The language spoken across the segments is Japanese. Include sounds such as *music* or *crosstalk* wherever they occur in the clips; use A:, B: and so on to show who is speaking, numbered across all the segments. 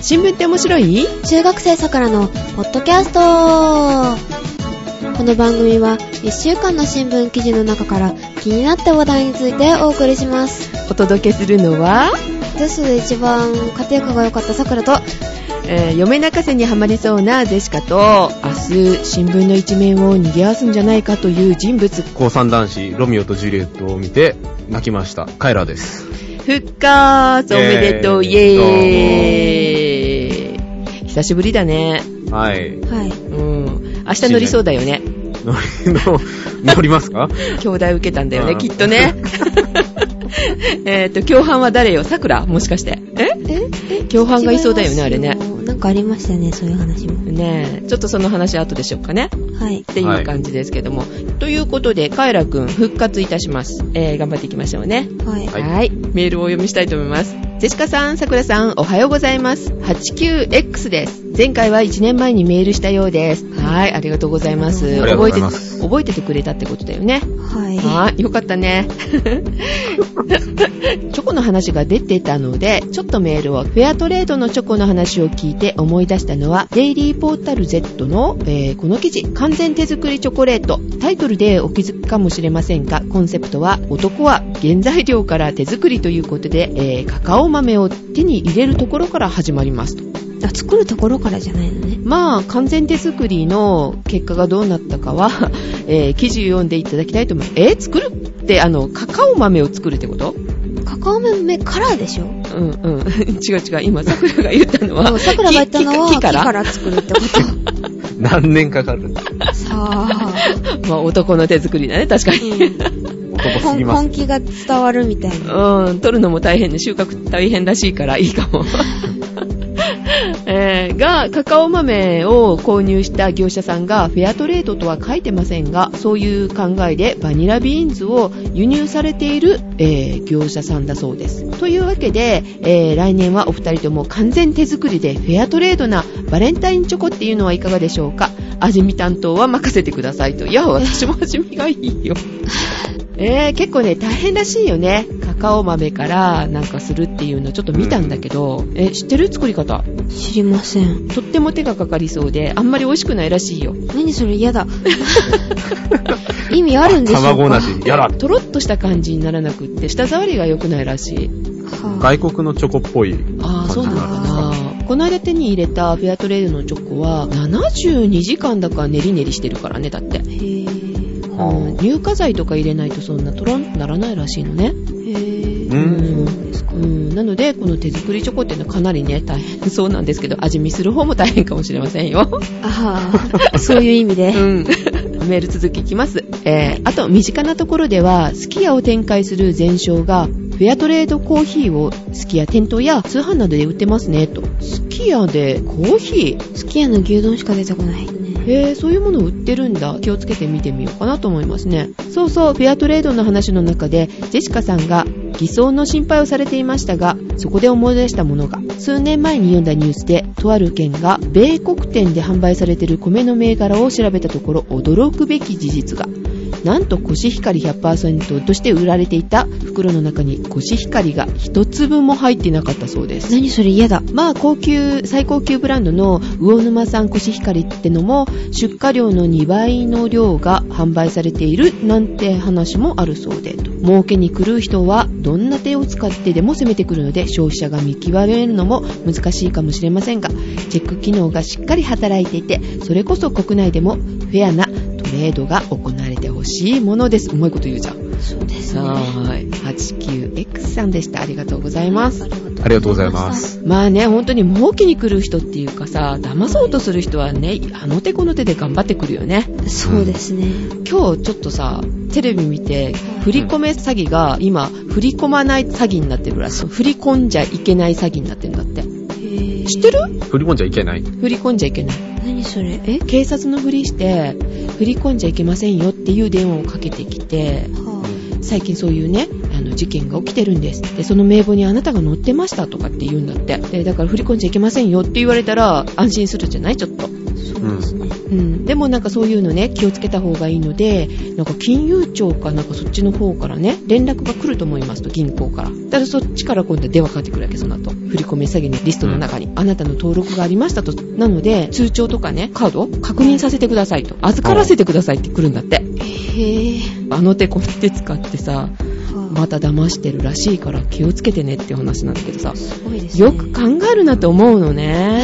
A: 新聞って面白い
B: 中学生さくらのポッドキャストこの番組は1週間の新聞記事の中から気になった話題についてお送りします
A: お届けするのは、
B: 女子で一番家庭科が良かったさくらと
A: えー嫁泣かせにはまりそうなジェシカと、明日、新聞の一面を逃げ合わすんじゃないかという人物、
C: 高三男子、ロミオとジュリエットを見て、泣きました。カイラです。
A: 復活おめでとう、イ
C: イエー
A: エーイ久しぶりだね。
C: はい。
B: はい
A: うん。明日乗りそうだよね。
C: 乗り、の乗りますか
A: 兄弟受けたんだよね、
C: うん
A: きっと
C: *laughs*
A: ね。えっと、共犯は誰よ桜もしかして。え
B: ええ
A: 共犯がいそうだよね、あれね。
B: なんかありましたねそういう話も
A: ねえ、ちょっとその話後でしょうかね。
B: はい
A: っていう感じですけども。ということで、カイラくん復活いたします。えー、頑張っていきましょうね。
B: はい
C: はい
A: メールをお読みしたいと思います。ジェシカさん、さくらさん、おはようございます。89X です。前回は1年前にメールしたようです。はい、ありがとうございます。
B: あ
C: りがとうございま
A: 覚え
C: す
A: て、覚えててくれたってことだよね。
B: はい
A: はい、よかったね。 *laughs* チョコの話が出てたので、ちょっとメールを、フェアトレードのチョコの話を聞いて思い出したのは、デイリーポータル Z の、えーこの記事、完全手作りチョコレート。タイトルでお気づきかもしれませんが、コンセプトは、男は原材料から手作りということで、えーカカオ豆を手に入れるところから始まります。
B: あ作るところからじゃないのね
A: まあ、完全手作りの結果がどうなったかは、 *laughs* えー記事読んでいただきたいと思います。えー作るって、あの、カカオ豆を作るってこと
B: カカオ豆からでしょ
A: うんうん。 *laughs* 違う違う。今、桜が言ったのは、
B: さくらが言ったのは
A: 木
B: 木
A: 木か
B: からら作るっ
A: *laughs*
B: てこ
C: 何年かかる
B: とさあ
A: まあ、男の手作りだね、確かに。
C: 男すぎ
B: 本
C: ます。
B: 本気が伝わるみたいな。
A: うん、取るのも大変で、収穫大変らしいからいいかも。えーが、カカオ豆を購入した業者さんが、フェアトレードとは書いてませんが、そういう考えでバニラビーンズを輸入されている、えー業者さんだそうです。というわけで、えー来年はお二人とも完全手作りでフェアトレードなバレンタインチョコっていうのはいかがでしょうか味見担当は任せてくださいと。いや、私も味見がいいよ。えー、結構ね、大変らしいよね。カカオ豆からなんかするっていうのちょっと見たんだけど、え、知ってる作り方。
B: 知りません。
A: とっても手がかかりそうで、あんまり美味しくないらしいよ。
B: 何それ嫌だ。意味あるんでしょうか
C: 卵なし。やだ。
A: とろっとした感じにならなくって、舌触りが良くないらしい。
B: は
C: 外国のチョコっぽい感じ
A: ああ、そうな
C: に
A: の
C: な
A: か
C: るんですか
A: な。この間手に入れたフェアトレードのチョコは、72時間だから練り練りしてるからね、だって。
B: ぁ。へぇ
A: うん乳化剤とか入れないとそんなとろんとならないらしいのね。
B: へぇ
C: う
A: うん
C: ん。
B: そうですか
A: う。ん、なので、この手作りチョコっていうのはかなりね、大変そうなんですけど、味見する方も大変かもしれませんよ。
B: ああ、そういう意味で
A: う。ん。 *laughs* メール続きいきます。えー、あと、身近なところでは、スキヤを展開する全商が、フェアトレードコーヒーをスキヤ店頭や通販などで売ってますね、と。スキヤでコーヒー
B: すき家の牛丼しか出てこない。ね
A: へえ、そういうものを売ってるんだ。気をつけて見てみようかなと思いますね。そうそう、フェアトレードの話の中で、ジェシカさんが偽装の心配をされていましたが、そこで思い出したものが、数年前に読んだニュースで、とある県が米国店で販売されている米の銘柄を調べたところ、驚くべき事実が。なんとコシヒカリ100%として売られていた袋の中にコシヒカリが一粒も入っていなかったそうです。
B: 何それ嫌だ。
A: まあ高級、最高級ブランドの魚沼産コシヒカリってのも出荷量の2倍の量が販売されているなんて話もあるそうで、と儲けに狂う人はどんな手を使ってでも攻めてくるので消費者が見極めるのも難しいかもしれませんが、チェック機能がしっかり働いていて、それこそ国内でもフェアなトレードが行われてほしいものです。うまいこと言うじゃん。
B: そうですね。
A: はい。89X さんでした。ありがとうございます。
C: ありがとうございま。す。
A: まあね、本当に儲けに来る人っていうかさ、騙そうとする人はね、あの手この手で頑張ってくるよね。
B: そうですね。
A: 今日ちょっとさ、テレビ見て、振り込め詐欺が今、振り込まない詐欺になってるらしい。振り込んじゃいけない詐欺になってるんだって。知って
B: る
A: る
C: 振り込んじゃいけない。
A: 振り込んじゃいけない。
B: 何それ
A: え警察のふりして、振り込んじゃいけませんよっていう電話をかけてきて、
B: は
A: 最近そういうねあの事件が起きてるんですでその名簿にあなたが載ってましたとかって言うんだってでだから振り込んじゃいけませんよって言われたら安心するじゃないちょっと
B: ぁ。そうですね。
A: うん、でもなんかそういうのね気をつけた方がいいのでなんか金融庁かなんかそっちの方からね連絡が来ると思いますと銀行からだからそっちから今度電話かかってくるわけその後振り込め詐欺のリストの中に、あなたの登録がありましたとなので通帳とかねカード確認させてくださいと預からせてくださいって来るんだって
B: へえ。
A: あの手この手使ってさまた騙してるらしいから気をつけてねっていう話なんだけどさ
B: すごいですね。
A: よく考えるなって思うのね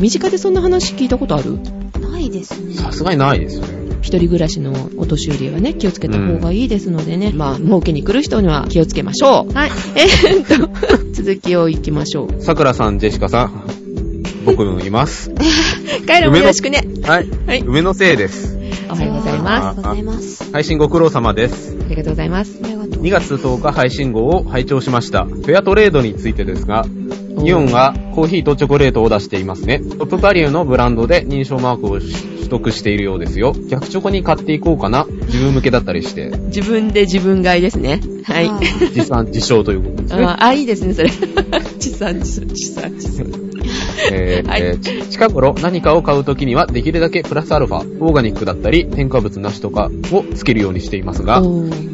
A: 身近でそんな話聞いたことある
B: ないですね。
C: さすがにないですよね。
A: 一人暮らしのお年寄りはね、気をつけた方がいいですのでね、まあ、儲けに来る人には気をつけましょう。はい。 *laughs* えーっと、 *laughs* 続きを行きましょう。
C: さくらさん、ジェシカさん、僕もいます。
A: カイロもよろしくね。
C: はい。
A: はい
C: 梅のせいです。
A: おはようござい
B: あ
A: ま
B: りがとうございます。
C: 配信ご苦労様です。
A: す。ありがとうございます。
B: ありがとう。
C: 2月10日配信号を拝聴しました。フェアトレードについてですが、イオンがコーヒーとチョコレートを出していますね。トップバリューのブランドで認証マークを取得しているようですよ。逆チョコに買っていこうかな。自分向けだったりして、
A: 自分で自分買いですね。はい。
B: あ
A: あ
B: ー
C: 持参自称というこ
A: *laughs*
C: とですね。
A: ー *laughs* あ、いいですね、それ。地産地消、地産地消。
C: えー
A: はい
C: えーち近頃何かを買うときにはできるだけプラスアルファ、オーガニックだったり、添加物なしとかをつけるようにしていますが、
A: おー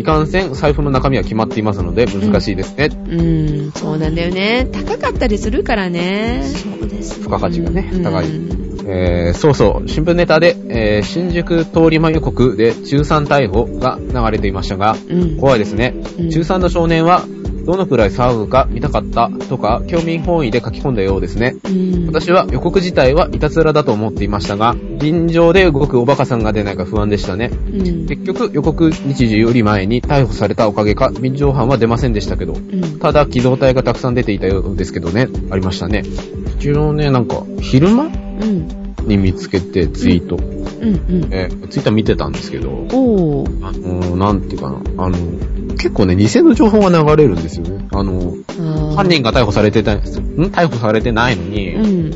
C: いかんせん財布の中身は決まっていますので難しいですね。
A: うーん、そうなんだよね。高かったりするからね。
B: そうですね
C: 付。加価値がね、高い。
A: うん
C: えーそうそう、新聞ネタで、えー新宿通り魔予告で中3逮捕が流れていましたが、
A: うん。
C: 怖いですね。
A: うん
C: 中3の少年は、どのくらい騒ぐか見たかったとか、興味本位で書き込んだようですね。
A: うん
C: 私は予告自体はいたずらだと思っていましたが、臨場で動くおバカさんが出ないか不安でしたね。
A: うん。
C: 結局予告日時より前に逮捕されたおかげか、臨場犯は出ませんでしたけど、
A: うん
C: ただ機動隊がたくさん出ていたようですけどね、ありましたね。一応ね、なんか、昼間
A: うん。
C: に見つけてツイート、
A: うん。うん。
C: えーツイッター見てたんですけど、
A: おー。
C: あのーなんていうかな、あのー結構ね、偽の情報が流れるんですよね。あのー犯
A: 犯
C: 人が逮捕されてた、ん逮捕されてないのに、
A: うん。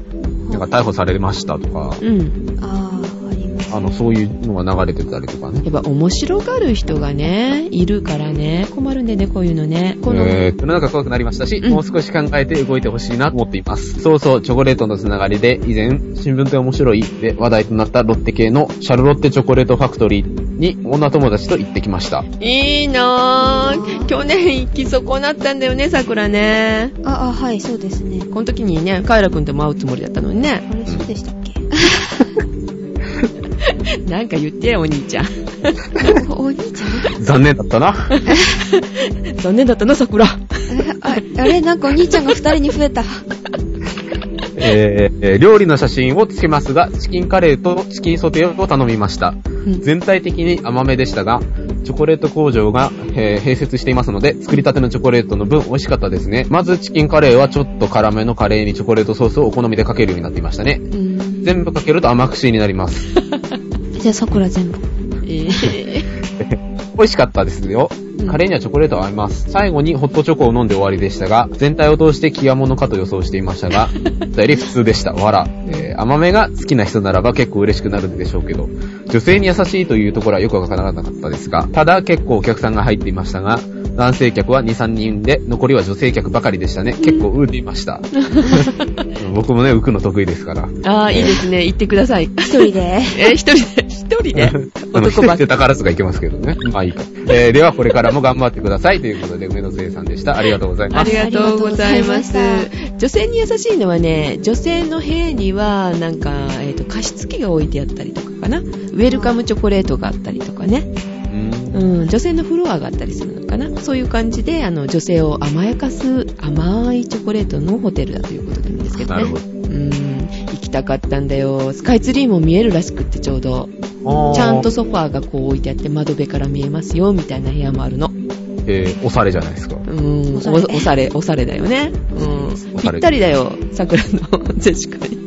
C: なんか逮捕されましたとか、
A: うん。
B: あーあります。
C: あの、そういうのが流れてたりとかね。
A: やっぱ面白がる人がね、いるからね、困るんでね、こういうのね。この、
C: えー世の中怖くなりましたし、
A: うん
C: もう少し考えて動いてほしいなと思っています。そうそう、チョコレートのつながりで、以前、新聞って面白いで話題となったロッテ系のシャルロッテチョコレートファクトリーに女友達と行ってきました。
A: いいなぁ。去年行き損なったんだよね、桜ね。
B: あ、あ、はい、そうですね。
A: この時にね、カイラくんとも会うつもりだったのにね。
B: あれ、そうでしたっけ
A: なんか言ってよ、お兄ちゃん。
B: *laughs*
A: *laughs*
B: おお兄ちゃん
C: 残念だったな。
A: 残念だったな、 *laughs* 桜。
B: え *laughs* ああれ、なんかお兄ちゃんが二人に増 *laughs* えた。
C: えーえー料理の写真をつけますが、チキンカレーとチキンソテーを頼みました。全体的に甘めでしたが、チョコレート工場が、えー併設していますので、作りたてのチョコレートの分美味しかったですね。まずチキンカレーはちょっと辛めのカレーにチョコレートソースをお好みでかけるようになっていましたね。
B: うん。
C: 全部かけると甘くしになります。
B: じゃあ、桜全部。
A: えー
C: 美味しかったですよ
A: うん。
C: カレーにはチョコレートは合います。最後にホットチョコを飲んで終わりでしたが、全体を通してキアモノかと予想していまし
A: *laughs*
C: たが、だより普通でした。わら。えー甘めが好きな人ならば結構嬉しくなるでしょうけど、女性に優しいというところはよくわからなかったですが、ただ結構お客さんが入っていましたが、男性客は2、3人で、残りは女性客ばかりでしたね。結構浮いていま
A: *laughs*
C: した。僕もね、浮くの得意ですから。
A: あー、いいですね。行ってください。 *laughs*
B: 一人で。
A: えー、一人で、 *laughs* 一人で。
C: *laughs* あの、一
A: 男ば
C: 人
A: っか
C: で宝塚行けますけどね。まあいいか。えー、ではこれからも頑張ってください。ということで、梅野聖さんでした。ありがとうござい
A: あ
C: ま
A: り
C: す。
A: がとうございます
B: ありがとうござ。
A: 女性に優しいのはね、女性の部屋には、なんか、えっ、と、加湿器が置いてあったりとかかな。ウェルカムチョコレートがあったりとかね。
C: うん
A: うん、女性のフロアがあったりするのかな。そういう感じで、あの、女性を甘やかす甘いチョコレートのホテルだということなんですけどね。
C: なるほ
A: うん、行きたかったんだよ。スカイツリーも見えるらしくってちょうど。
C: ど。
A: ちゃんと
C: あ
A: ソファーがこう置いてあって窓辺から見えますよ、みたいな部屋もあるの。
C: ー、えー、おされじゃないですか。
A: うん、お
B: おしゃれ
A: おしゃれ、おしゃれだよね。うん。
C: お
A: ぴ
C: しゃれ
A: ったりだよ、桜のジェシカに。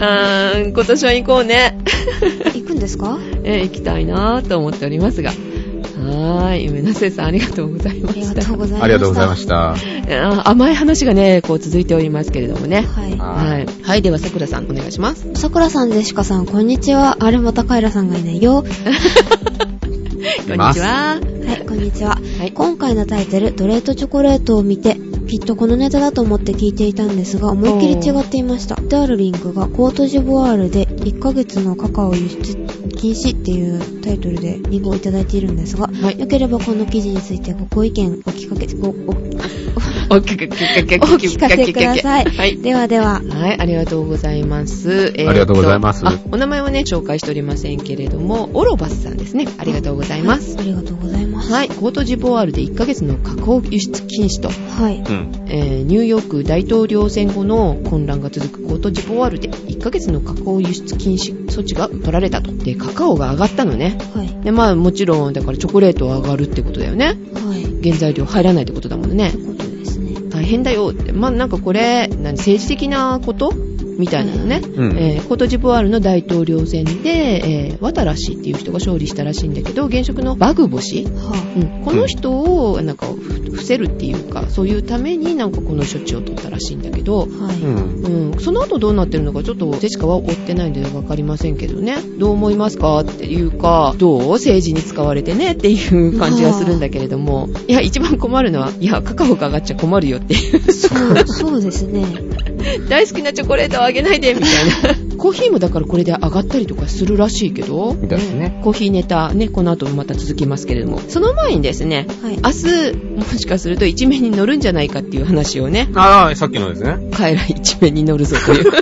A: あー今年は行こうね。
B: 行くんですか
A: えー行きたいなと思っておりますが。はーい、梅田瀬さんありがとうございま
B: あり
A: し
B: が
A: た
B: とう。ございました。
C: ありがとうございました。
A: あー甘い話がね、こう続いておりますけれどもね。
B: は
A: はい。はい、では桜さんお願いします。
B: い。さくらさん、ジェシカさん、こんにちは。あれ、またカイラさんがいないよ。
A: こんに
C: ます
A: ちは。
B: はい、こんにちは。
A: い
B: 今回のタイトル、ドレートチョコレートを見て、きっとこのネタだと思って聞いていたんですが、思いっきり違っていました。ダールリンクがコートジボワールで1ヶ月のカカオ輸出禁止っていうタイトルでリンクをいただいているんですが、
A: はい
B: よければこの記事についてごご意見お聞かけ、ごお、
A: お聞
B: 聞かせください
A: はい。
B: ではでは、
A: はい、ありがとうございます。えー
C: ありがとうございます
A: あお名前はね、紹介しておりませんけれども、オロバスさんですね。ありがとうございます。
B: ありがとうございます。
A: はい、コートジボワールで1ヶ月の加工輸出禁止と、
B: はい。
C: うん。
A: えーニューヨーク大統領選後の混乱が続くコートジボワールで1ヶ月の加工輸出禁止措置が取られたと。で、カカオが上がったのね。
B: はい。
A: で、まあもちろん、だからチョコレートは上がるってことだよね。
B: はい。と
A: 原材料入らないってことだもんね。
B: いうことですね。
A: 大変だよって。まあなんかこれ、何政治的なことみたいなのね。
C: うん。
A: えーコートジボワールの大統領選で、えー、渡良氏っていう人が勝利したらしいんだけど、現職のバグボ氏、
B: は
A: うん、この人をなんかふ伏せるっていうか、そういうためになんかこの処置を取ったらしいんだけど、
B: あ、はい。
C: うん。
A: うん、その後どうなってるのかちょっとジェシカは追ってないんでわかりませんけどね。どう思いますかっていうか、どう政治に使われてねっていう感じがするんだけれども、いや、一番困るのは、いや、カカオが上がっちゃ困るよっていう。
B: そう、そうですね。
A: 大好きなチョコレートをあげないでみたいなコーヒーもだからこれで上がったりとかするらしいけど
C: みたいですね
A: コーヒーネタねこの後もまた続きますけれどもその前にですね
B: はい。
A: 明日もしかすると一面に乗るんじゃないかっていう話をね
C: ああ、さっきのですね。
A: 帰ら一面に乗るぞという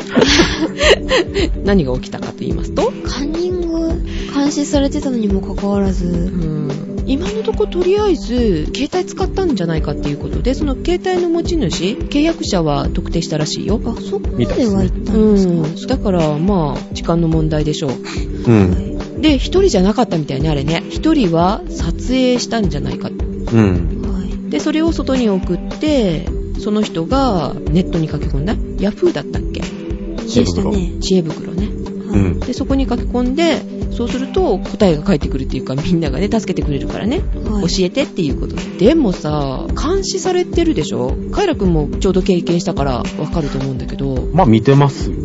A: *laughs* 何が起きたかと言いますと
B: カンニング監視されてたのにもかかわら
A: う
B: ず、
A: ん今のところとりあえず携帯使ったんじゃないかっていうことでその携帯の持ち主契約者は特定したらしいよ
B: あ、そこまでは行ったんですか、
A: うんだからまあ時間の問題でしょう
C: う
B: は
C: ん。
B: い
A: で、一人じゃなかったみたいね、あれね。一人は撮影したんじゃないか。
C: うん。
B: はい。
A: で、それを外に送って、その人がネットに書き込んだ。ヤフーだったっけ
B: でしたね。
A: 知恵袋ね。
C: う
B: はい
C: ん。
A: で、そこに書き込んで、そうすると答えが返ってくるっていうか、みんながね、助けてくれるからね。
B: はい。
A: 教えてっていうことで。でもさ、監視されてるでしょカイラくんもちょうど経験したからわかると思うんだけど。
C: まあ見てますよね。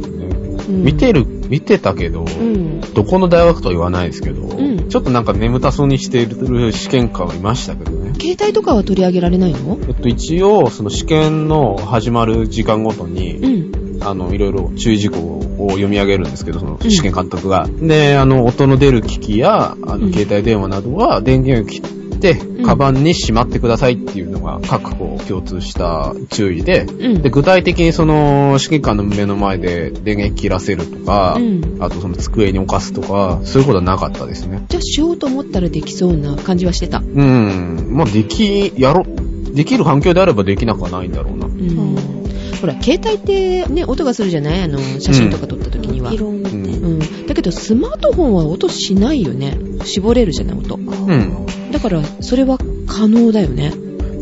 A: うん
C: 見てる、見てたけど、
A: うん。
C: どこの大学とは言わないですけど、
A: ん
C: ちょっとなんか眠たそうにしている試験官はいましたけどね。
A: 携帯とかは取り上げられないの
C: えっと、一応、その試験の始まる時間ごと
A: う
C: に、
A: ん。
C: あの、いろいろ注意事項を読み上げるんですけど、その
A: うん
C: 試験監督が。で、あの、音の出る機器や、あ
A: う
C: の、
A: ん
C: 携帯電話などは電源を切って
A: ん、
C: カバンにしまってくださいっていうのが各校共通した注意で、
A: うん。
C: で、具体的にその、試験官の目の前で電源切らせるとか、
A: うん
C: あとその机に置かすとか、そういうことはなかったですね。
A: じゃあしようと思ったらできそうな感じはしてた。
C: うん。まあ、でき、やろ、できる環境であればできなくはないんだろうな。
A: うんほら、携帯ってね、音がするじゃないあの、写真とか撮った時には。
B: ピロンみたいな。
A: うん。だけど、スマートフォンは音しないよね。絞れるじゃない、音。
C: う
B: あ
C: ん。
A: だから、それは可能だよね。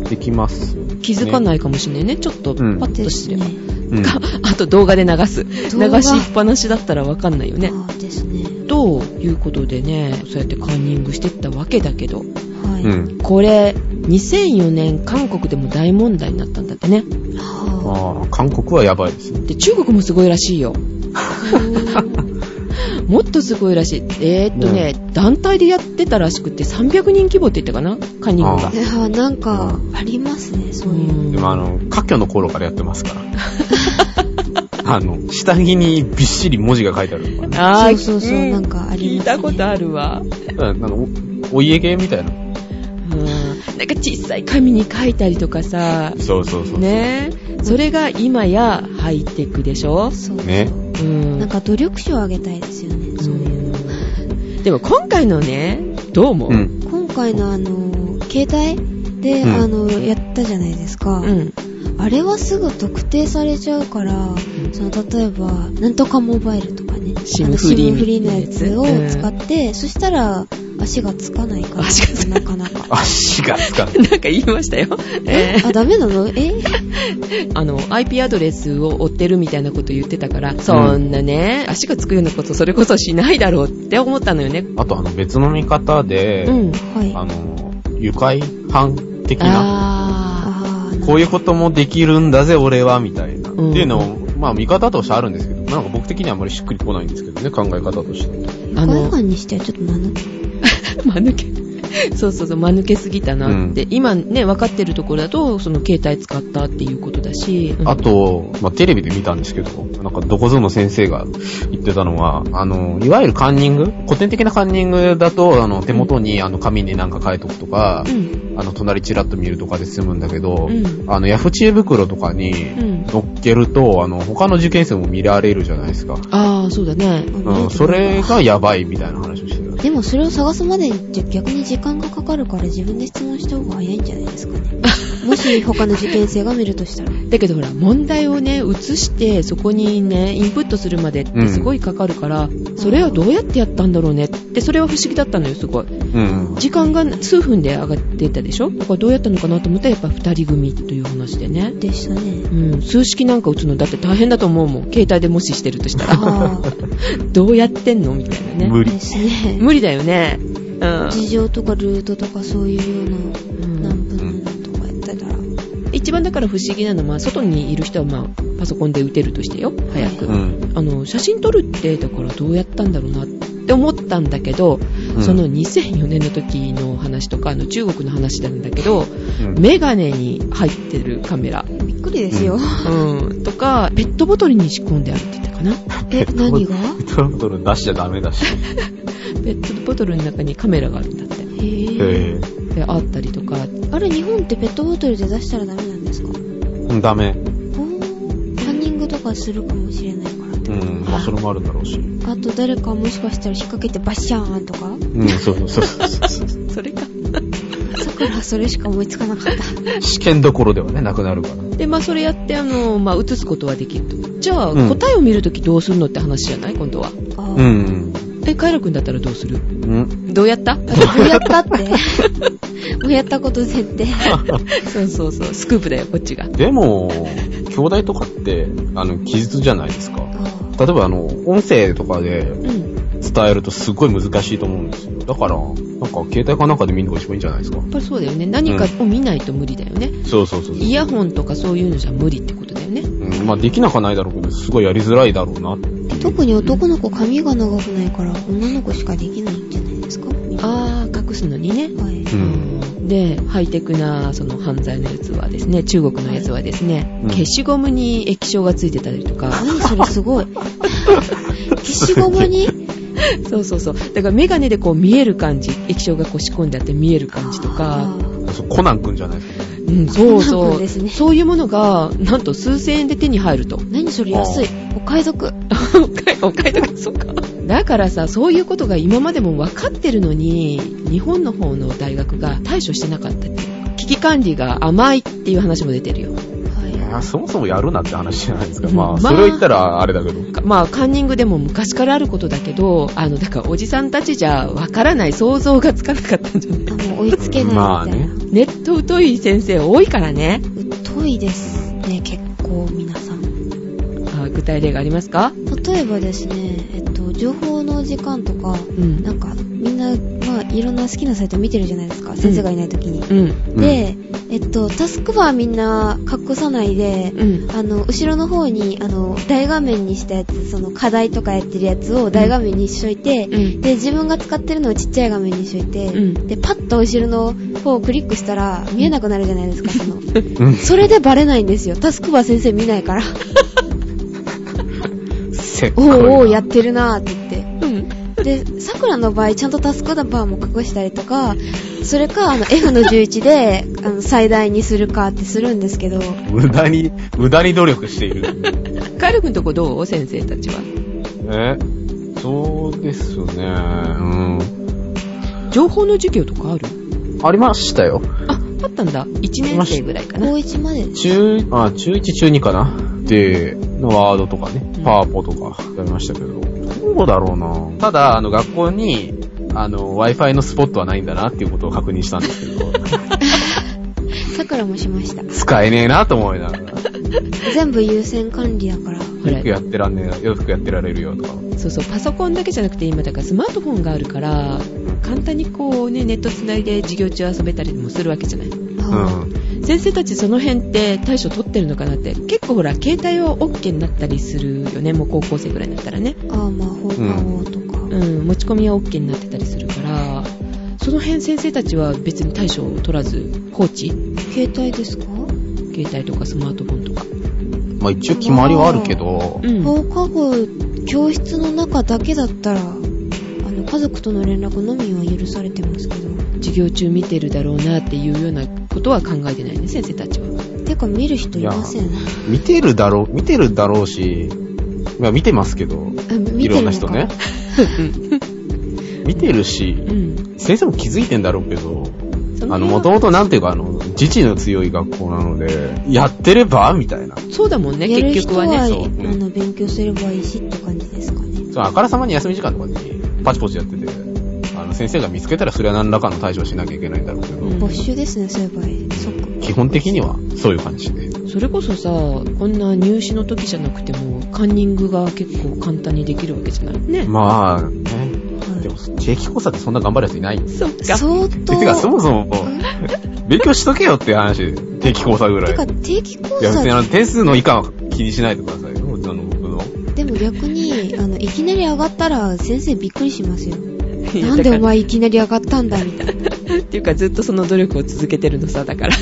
C: できます。
A: 気づかないかもしれないね。ちょっと、パ
C: うん
A: ッ
B: ー
A: と
B: で
A: し
B: す
A: て
B: ね
A: れば。。かあと、動画で流す。流
B: 動画
A: しっぱなしだったらわかんないよね。
B: あーですね。
A: ということでね、そうやってカンニングしてったわけだけど、
B: はい。
C: うん。
A: これ、2004年韓国でも大問題になったんだってね。
B: は
C: ああ、韓国はやばいですね。
A: で、中国もすごいらしいよ。
B: *laughs*
A: もっとすごいらしい。えー、っとね、団体でやってたらしくて、300人規模って言ったかなカンニング
C: あ
A: が
C: ー
B: あ。。いや、なんか、ありますね、そういうう。
A: ん
C: でもあの、家居の頃からやってま
A: *laughs*
C: すから。あの、下着にびっしり文字が書いてあるから。
A: あー
B: そうそうそうなんかありますね
A: 聞いたことあるわ。
C: なんか、おお家芸みたい
A: う
C: な。
A: んなんか小さい紙に書いたりとかさ、
C: そうそうそうそう。
A: ねそれが今やハイテクでしょ
B: そうそう。
C: ね
A: うん
B: なんか努力賞をあげたいですよね、そういうの。
A: でも今回のね、どう思う、
C: うん。
B: 今回のあの、携帯で、
C: うん
B: あの、やったじゃないですか。
A: うん
B: あれはすぐ特定されちゃうから、その例えば、なんとかモバイルとかね、
A: シ
B: あ
A: ム
B: の
A: フリー
B: シムフリーのやつを
A: うん
B: 使って、そしたら足がつかないから、
A: 足がつ
B: なかなか。
C: 足がつかない。
A: なんか言いましたよ。 *laughs* えー
B: あ、ダメなのえ
A: あの、IP アドレスを追ってるみたいなこと言ってたから、そんなね、足がつくようなことそれこそしないだろうって思ったのよね。
C: あとあの、別の見方で、
A: うん。
B: はい。
C: あ
B: あ
C: の、愉快犯的な、
A: あ
B: あー、
C: こういうこともできるんだぜ、俺は、みたいな。
A: ん
C: っていうのを、まあ、見方としてあるんですけど、なんか僕的にはあんまりしっくりこないんですけどね、考え方として。
A: あ
B: あ
A: の
B: の、にしてはちょっとまぬ
A: あ、間抜け。 *laughs* そうそうそう、間抜けすぎたなって。今ね、分かってるところだと、その携帯使ったっていうことだし。うん
C: あと、まあ、テレビで見たんですけど、なんかどこぞの先生が言ってたのは、あの、いわゆるカンニング古典的なカンニングだと、あの、手元にあの紙になんか書いとくとか
A: う、ん。
C: あの、隣チラッと見るとかで済むんだけど、
A: うん
C: あの、ヤフチエ袋とかに
A: ん
C: 乗っけると、あの、他の受験生も見られるじゃないですか。
A: ああ、そうだね。
C: うん、それがやばいみたいな話をしてた。
B: でもそれを探すまでにじゃ逆に時間がかかるから自分で質問した方が早いんじゃないですかね。
A: *laughs*
B: もし他の受験生が見るとしたら。
A: だけどほら、問題をね、移して、そこにね、インプットするまでってすごいかかるから、それはどうやってやったんだろうねって、それは不思議だったのよ、すごい。
C: うん。
A: 時間が数分で上がってたでしょだからどうやったのかなと思ったら、やっぱ二人組という話でね。
B: でしたね。
A: うん、数式なんか打つのだって大変だと思うもん。携帯でもししてるとしたら。
B: ああ、
A: どうやってんのみたいなね。
C: 無理
B: で。すね。
A: 無理だよね。うん。
B: 事情とかルートとかそういうよう
A: う
B: な何
A: ん
B: 分なのとかやってたら。
A: 一番だから不思議なのは、外にいる人はまあ、パソコンで打てるとしてよ。早く。
C: うん。
A: あの、写真撮るって、だからどうやったんだろうなって思ったんだけど、
C: うん
A: その2004年の時の話とか、あの中国の話なんだけど、
C: うん *laughs*
A: メガネに入ってるカメラ、
B: びっくりですよ。
A: うん、とか、ペットボトルに仕込んであるって言ったかな。
B: *laughs* え、何が
C: ペットボトル出しちゃダメ
A: *laughs*
C: だし。
A: ペットボトルの中にカメラがあるんだって。
B: へえ。
C: え
A: で、あったりとか、
B: あれ、日本ってペットボトルで出したらダメなんですかお
C: ー、ダメ。
B: ーカンニングとかするかもしれないからって
C: う
B: こ
C: ん。まあ、それもあるんだろうし。う
B: と。あと誰かもしかしたら引っ掛けてバッシャーンとか
C: ん、そうそうそうそうそう。
A: それか。
B: さくらはそれしか思いつかなかった。
C: *laughs* 試験どころではね、なくなるから。
A: で、まあ、それやって、あの、まあ、映すことはできると。じゃあ、
C: うん
A: 答えを見るときどうするのって話じゃない今度は。
B: あー
C: うん。
A: え、カイラ君だったらどうする
C: うん。
A: どうやった
B: あれ、もうやったって。 *laughs* もうやったこと前
A: *laughs*
B: 提。
A: *laughs* そうそうそう、スクープだよ、こっちが。
C: でも、兄弟とかって、あの、記述じゃないですか。
B: あー
C: 例えば、あの、音声とかで
A: うん。や
C: 伝えるとすっごい難しいと思うんですよ。だから、なんか、携帯かなんかで見るのが一番いいんじゃないですか。
A: っぱりそうだよね。何かを見ないと無理だよね。
C: そうそうそうそう。
A: イヤホンとかそういうのじゃ無理ってことだよね。
C: うん、まあ、できなくはないだろうけど、すごいやりづらいだろうなっていう。
B: 特に男の子髪が長くないから女の子しかできないんじゃないですか
A: あー、隠すのにね。
B: はい。
C: うん。
A: で、ハイテクなその犯罪のやつはですね、中国のやつはですね、
C: うん
A: 消しゴムに液晶がついてたりとか、
B: 何それ
A: *laughs*
B: すごい。消しゴムに
A: そうそうそう、だからメガネでこう見える感じ、液晶がこう仕込んであって見える感じとか、
C: そうコナンくんじゃないですか、ね。
A: うん、そう
B: そうな
A: そ
B: ん
A: う、
B: ですね
A: そういうものが、なんと数千円で手に入ると。
B: 何それ安い。お買い得。
A: お買い、お買いとか、そっか。だからさ、そういうことが今までも分かってるのに、日本の方の大学が対処してなかったっていうか危機管理が甘いっていう話も出てるよ。
C: い
B: は
C: や、そもそもやるなって話じゃないですか。
A: うん
C: まあ、
A: まあ
C: それを言ったらあれだけど。
A: まあ、カンニングでも昔からあることだけど、あの、だからおじさんたちじゃ分からない想像がつかなかったんじゃない *laughs*
B: い。あ、もう追いつけ
C: ま
B: な
C: あ
B: いみたい
C: ね
B: な。
A: ネット疎い先生多いからね。
B: 疎いですね、結構皆さん。
A: あ具体例がありますか
B: 例えばですね、えっと、情報の時間とか、
A: うん。
B: なんか、みんな、まあ、いろんな好きなサイト見てるじゃないですか、先生がいない時に。
A: うん。
B: で、えっと、タスクバーみんな隠さないで、
A: うん。
B: あの、後ろの方に、あの、大画面にしたやつ、その課題とかやってるやつを大画面にしといて、
A: うん。
B: で、自分が使ってるのをちっちゃい画面にしといて、
A: うん
B: で、パッと後ろの方をクリックしたら、見えなくなるじゃないですか、その。
C: うん
B: それでバレないんですよ。タスクバー先生見な
A: *laughs*
B: いから。
C: *laughs* せっ
B: お
C: かいな
B: ーおー、やってるなーって言って。
A: うん。
B: で、桜の場合、ちゃんとタスクダバーも隠したりとか、それか、あの、F の11で、あの、最大にするかってするんですけど、
C: 無駄に、無駄に努力している。
A: カエル君とこどう先生たちは。
C: え、そうですね。うん。
A: 情報の授業とかある
C: ありましたよ。
A: あ、あったんだ。1年生ぐらいかな。
B: 高1までです。
C: 中、あ、中1、中2かなで、ワードとかね、パワポとかやりましたけど。どうだろうなただ、あの、学校に、あの、Wi-Fi のスポットはないんだなっていうことを確認したんですけど、
B: 桜もしました。
C: 使えねえなと思いながら。
B: 全部優先管理だから。
A: ほら
C: よくやってらんねえな、よくやってられるよとか。
A: そうそう、パソコンだけじゃなくて今だからスマートフォンがあるから、簡単にこうね、ネットつないで授業中遊べたりもするわけじゃない。
B: あ
C: う
A: 先生たちその辺って対処取ってるのかなって結構ほら携帯は OK になったりするよねもう高校生ぐらいになったらね、
B: ーあー、まあ、放課後とか。
A: うん、持ち込みは OK になってたりするからそその辺先生たちは別に対処を取らず放置
B: 携帯ですか
A: 携帯とかスマートフォンとか。
C: まあ一応決まりはあるけど、
A: うん
B: 放課後、教室の中だけだったら、あの、家族との連絡のみは許されてますけど。
A: 授業中見てるだろうなっていうようなことは考えてないね、先生たちは。
B: てか、見る人いません。
C: 見てるだろう、見てるだろうし、まあ見てますけど、
B: あ見
C: い
B: て
C: ろ
B: る
C: ん
B: の
C: な人
B: か *laughs*
C: ね。見てるし、
A: うん。
C: 先生も気づいてんだろうけど、
A: そ
C: あ
A: 辺は
C: の、もともとなんていうか、あの、自治の強い学校なので、やってればみたいな。
A: そうだもんね、
B: やる
A: 結
B: 人
A: 局
B: は、
A: はね。
C: そううん
B: あの、勉強すればいいしって感じですかね。
C: そのあからさまに休み時間とかに、パチパチやってて、あの、先生が見つけたらそれは何らかの対処をしなきゃいけないんだろうけど、
A: うん
B: 没収ですね、そういえば。そっか。
C: 基本的にはそういう感じで。
A: それこそさ、こんな入試の時じゃなくても、カンニングが結構簡単にできるわけじゃないね。
C: まあ、ね。
B: はい
C: でも、定期考査ってそんな頑張るやついないよ。
A: そっか。
B: 相当。
C: てか、そもそも、勉強しとけよって話で、定期考査ぐらい。
B: てか
C: い
B: 定期考
C: や、別にあ
B: 査
C: の、点数の以下は気にしないでくださいよ。あの、僕の。
B: でも逆に、あの、いきなり上がったら先生びっくりしますよ。
A: *laughs* いや
B: なんでお前いきなり上がったんだみたいな。
A: っていうかずっとその努力を続けてるのさ、だ
B: *laughs*
A: から。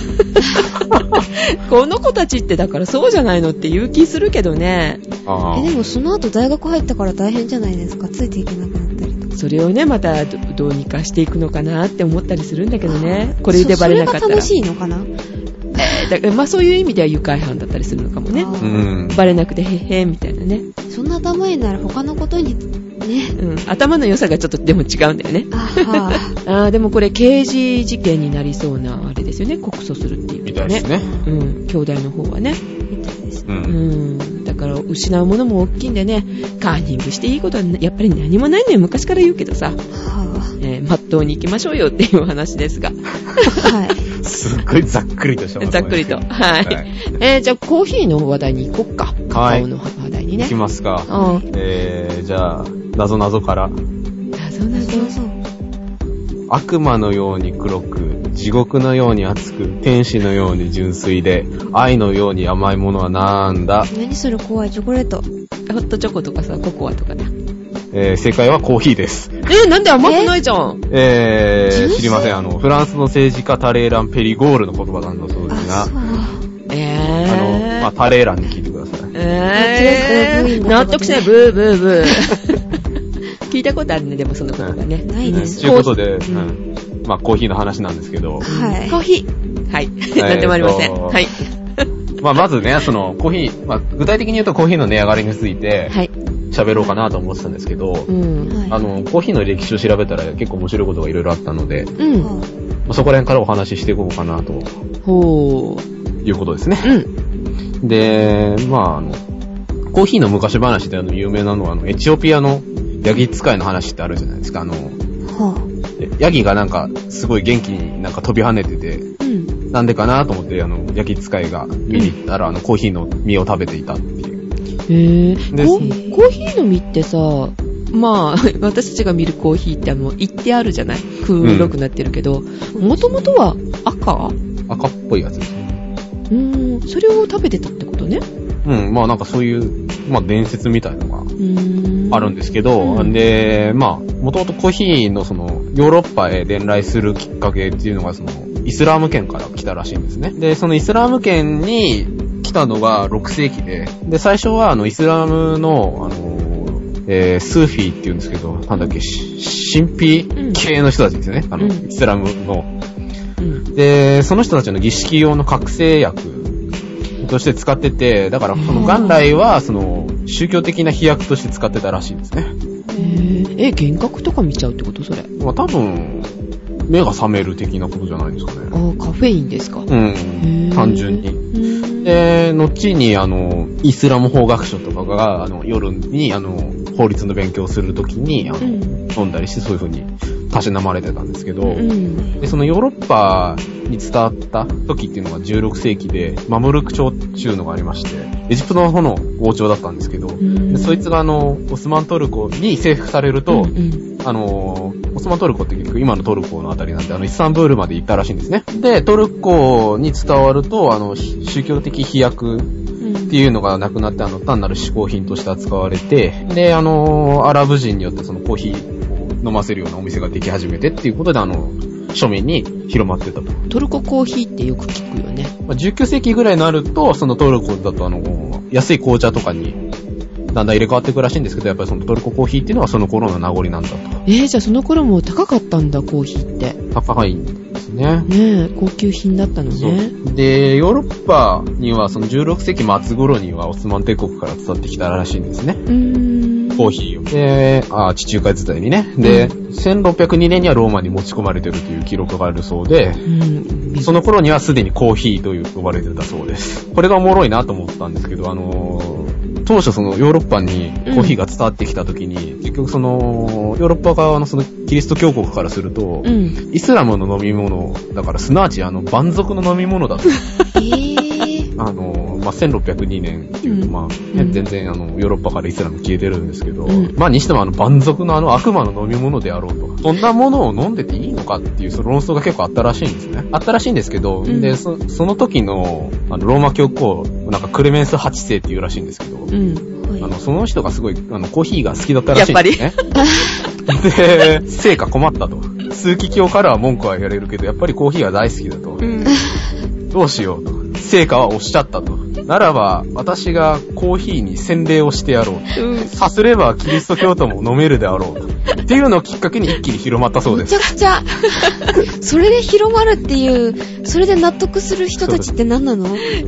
A: この子たちってだからそうじゃないのって言う気するけどね。
C: ああ
B: え、。でもその後大学入ったから大変じゃないですか。ついていけなくなったりとか。
A: それをね、またどどうにかしていくのかなって思ったりするんだけどね。これでバレなかった
B: そそれ
A: ら。
B: が楽しいのかな
A: だからまあそういう意味では愉快犯だったりするのかもね
B: あ。ー
C: うん。
A: バレなくてへっへーみたいなね。
B: そんな頭いいなら他のことに、ね。
A: うん。頭の良さがちょっとでも違うんだよね。
B: あはー
A: あーでもこれ刑事事件になりそうなあれですよね。告訴するっていう、
C: みたいです。ね。
A: うん。兄弟の方はね。
B: みたいです
C: う。
B: ね。
A: うんん。だから失うものも大きいんでね、カーニングしていいことはやっぱり何もないのよ。昔から言うけどさ、
B: は
A: えー、まっとうに行きましょうよっていう話ですが、 *laughs*
B: ぁ。はい。
C: すっごいざっくりとしたまと
A: ざっ
C: め
A: く
C: で
A: り
C: すけ
A: と。
C: ど
A: はい。えー、じゃあコーヒーの話題に行こっか。カ
C: は
A: カ
C: い
A: オの話題に
C: い
A: ね
C: き。ますか。
A: うん。
C: えー、じゃあ、謎謎から。
A: 謎なぞ
B: そうそう。
C: 悪魔のように黒く、地獄のように熱く、天使のように純粋で、愛のように甘いものはなんだ、
B: 何それ怖いチョコレート。
A: ホットチョコとかさ、ココアとかだ。
C: えー、正解はコーヒーです。
A: えー、なんで甘くないじゃん。
C: え
B: 純
C: ー、
B: 粋
C: 知りません。あの、フランスの政治家タレーラン・ペリゴールの言葉なんだそうで
B: あ
C: すが、、
B: そう。
A: え
C: あ
A: ー。
C: の、まあ、タレーランに聞いてください。
A: え
B: 間違いなくブーイ
A: ー、
B: ングとかね
A: 納得しない、ブーブーブー。 *laughs* 聞いたことあるね、でもその言葉ね。
B: ないです
C: ということで、
A: うん
C: うんまあ、コーヒーの話なんですけど、
B: はい
A: コーヒー。はい。なんでもありません。はい。
C: まあ、まずね、その、コーヒー、まあ、具体的に言うとコーヒーの値上がりについて、
A: はい。
C: 喋ろうかなと思ってたんですけど、
A: うん。
B: はい。
C: あの、コーヒーの歴史を調べたら結構面白いことがいろいろあったので、
A: うん。
B: は
C: まあそこら辺からお話ししていこうかなと
A: ほう。
C: いうことですね。
A: うん。
C: で、まあ、あの、コーヒーの昔話であの有名なのは、あの、エチオピアのヤギ使いの話ってあるじゃないですか。あの、
B: ぁ。は
C: *laughs* ヤギがなんか、すごい元気になんか飛び跳ねてて、
A: うん。
C: なんでかなと思って、あの、ヤギ使いが見に行ったら、あの、コーヒーの実を食べていたっていう。
A: へぇ
C: で
A: コ
C: そ
B: の
A: コーヒーの実ってさ、まあ、 *laughs* 私たちが見るコーヒーってあの、一定あるじゃない黒くなってるけど、もともとは赤
C: 赤っぽいやつですね。
A: うん。それを食べてたってことね。
C: うん、まあなんかそういう、まあ伝説みたいのが
A: うん
C: あるんですけど、
A: うん
C: で、まあ、もともとコーヒーのその、ヨーロッパへ伝来するきっかけっていうのがその、イスラーム圏から来たらしいんですね。で、そのイスラーム圏に来たのが6世紀で、で、最初はあの、イスラムの、あの、えー、スーフィーって言うんですけど、なんだっけ、し神秘系の人たちですね。あの、
A: うん
C: イスラムの。
A: うん。
C: で、その人たちの儀式用の覚醒薬として使ってて、だから、その元来は、その、宗教的な飛躍として使ってたらしいんですね。
A: へーえ、幻覚とか見ちゃうってことそれ。
C: まあ多分、目が覚める的なことじゃないですか
A: あ
C: ね。
A: ーカフェインですか。
C: う
A: へ
C: ん
A: ー。
C: 単純に。
A: うん
C: で、後に、あの、イスラム法学書とかが、あの、夜に、あの、法律の勉強をするときに、あの、
A: うん
C: 飲んだりして、そういう風に、たしなまれてたんですけど、
A: うん。
C: で、そのヨーロッパに伝わった時っていうのが16世紀で、マムルク朝っていうのがありまして、エジプトの方の王朝だったんですけど、
A: ん
C: でそいつがあの、オスマントルコに征服されると、あのー、オスマントルコって結局今のトルコのあたりなんで、あの、イスタンブールまで行ったらしいんですね。で、トルコに伝わると、あの、ひ宗教的飛躍っていうのがなくなって、あの、単なる嗜好品として扱われて、で、あのー、アラブ人によってそのコーヒーを飲ませるようなお店ができ始めてっていうことで、あの、庶民に広まってたと。ま
A: トルココーヒーってよく聞くよね。
C: あ19世紀ぐらいになると、そのトルコだとあの、安い紅茶とかに、だんだん入れ替わっていくらしいんですけど、やっぱりそのトルココーヒーっていうのはその頃の名残なんだと。
A: えー、じゃあその頃も高かったんだ、コーヒーって。
C: 高いんですね。
A: ねえ、高級品だったの
C: そ
A: ね。
C: う。で、ヨーロッパにはその16世紀末頃にはオスマン帝国から伝わってきたらしいんですね。
A: うーん。
C: コーヒーを。で、あ地中海時代にね。で、1602年にはローマに持ち込まれてるという記録があるそうで、
A: うん。
C: その頃にはすでにコーヒーと呼ばれてたそうです。これがおもろいなと思ったんですけど、あのー当初そのヨーロッパにコーヒーが伝わってきた時に、結局その、ヨーロッパ側のそのキリスト教国からする
A: う
C: と、
A: ん。
C: イスラムの飲み物、だからすなわちあの、蛮族の飲み物だと。
B: えー、
C: あの、まあ、1602年っていうと、
A: うん
C: まあ、
A: う
C: ね
A: ん
C: 全然あの、ヨーロッパからイスラム消えてるんですけど、
A: うん
C: まあ、にしてもあの、蛮族のあの悪魔の飲み物であろうと。そんなものを飲んでていいのかっていう、その論争が結構あったらしいんですね。あったらしいんですけど、
A: うん
C: で、そその時の、あの、ローマ教皇、なんかクレメンス8世っていうらしいんですけど、
A: うん。
B: はい
C: あの、その人がすごい、あの、コーヒーが好きだったらしいんですね。 *laughs* で、成果困ったと。枢機卿からは文句は言われるけど、やっぱりコーヒーが大好きだと。
A: うん。
C: どうしようと。成果はおっしゃったと。ならば、私がコーヒーに洗礼をしてやろう。さすればキリスト教徒も飲めるであろうと。っていうのをきっかけに一気に広まったそうで
B: めち
C: す。
B: ゃくち
C: *laughs*
B: ゃ、それで広まるっていう、それで納得する人たちって何なの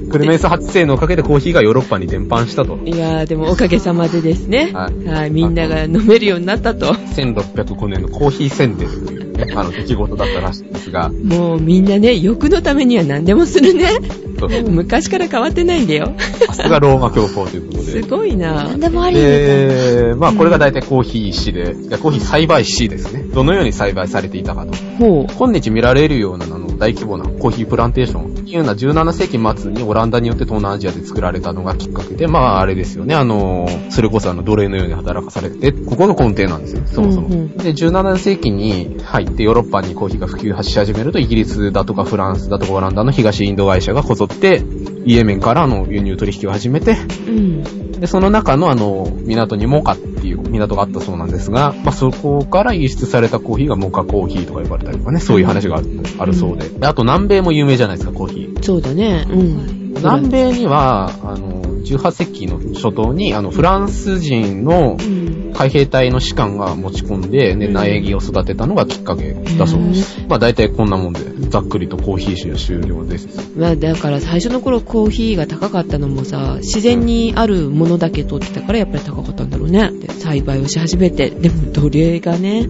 C: クレメンス8世のおかげでコーヒーがヨーロッパに伝播したと。
A: いやー、でもおかげさまでですね。は。
C: はいい
A: みんなが飲めるようになったと。
C: 1605年のコーヒー洗礼というね、あの、出来事だったらしいんですが、
A: もうみんなね、欲のためには何でもするね。
C: そう
A: 昔から変わってないんだよ。
C: さすがローマ教皇ということ
A: す
C: で。
A: ごいな
B: 何。でもありみたいな。
C: で、まあこれが大体コーヒー石で、いやコーヒー栽培石ですね。どのように栽培されていたかと。
A: ほう。
C: 今日見られるようなあの大規模なコーヒープランテーションというような17世紀末にオランダによって東南アジアで作られたのがきっかけで、まああれですよね、あの、それこそあの奴隷のように働かされて、ここが根底なんですよ、そもそも。
A: うんうん
C: で、17世紀に入ってヨーロッパにコーヒーが普及し始めると、イギリスだとかフランスだとかオランダの東インド会社がこぞって、イエメンからの輸入取引を始めて、
A: うん。
C: で、その中のあの、港にモカっていう港があったそうなんですが、まあ、そこから輸出されたコーヒーがモカコーヒーとか呼ばれたりとかね、そういう話があるあるそうで。であと南米も有名じゃないですか、コーヒー。
A: そうだね。うん。
C: 南米には、あの、18世紀の初頭に、あの、フランス人の
A: うん。
C: 海兵隊の士官が持ち込んで、ね、
A: うん
C: 苗木を育てたのがきっかけだそうです。まあ、大体こんなもんで、ざっくりとコーヒー酒は終了です。
A: まあだから最初の頃コーヒーが高かったのもさ、自然にあるものだけ取ってたからやっぱり高かったんだろうね。で栽培をし始めて、でも奴隷がね、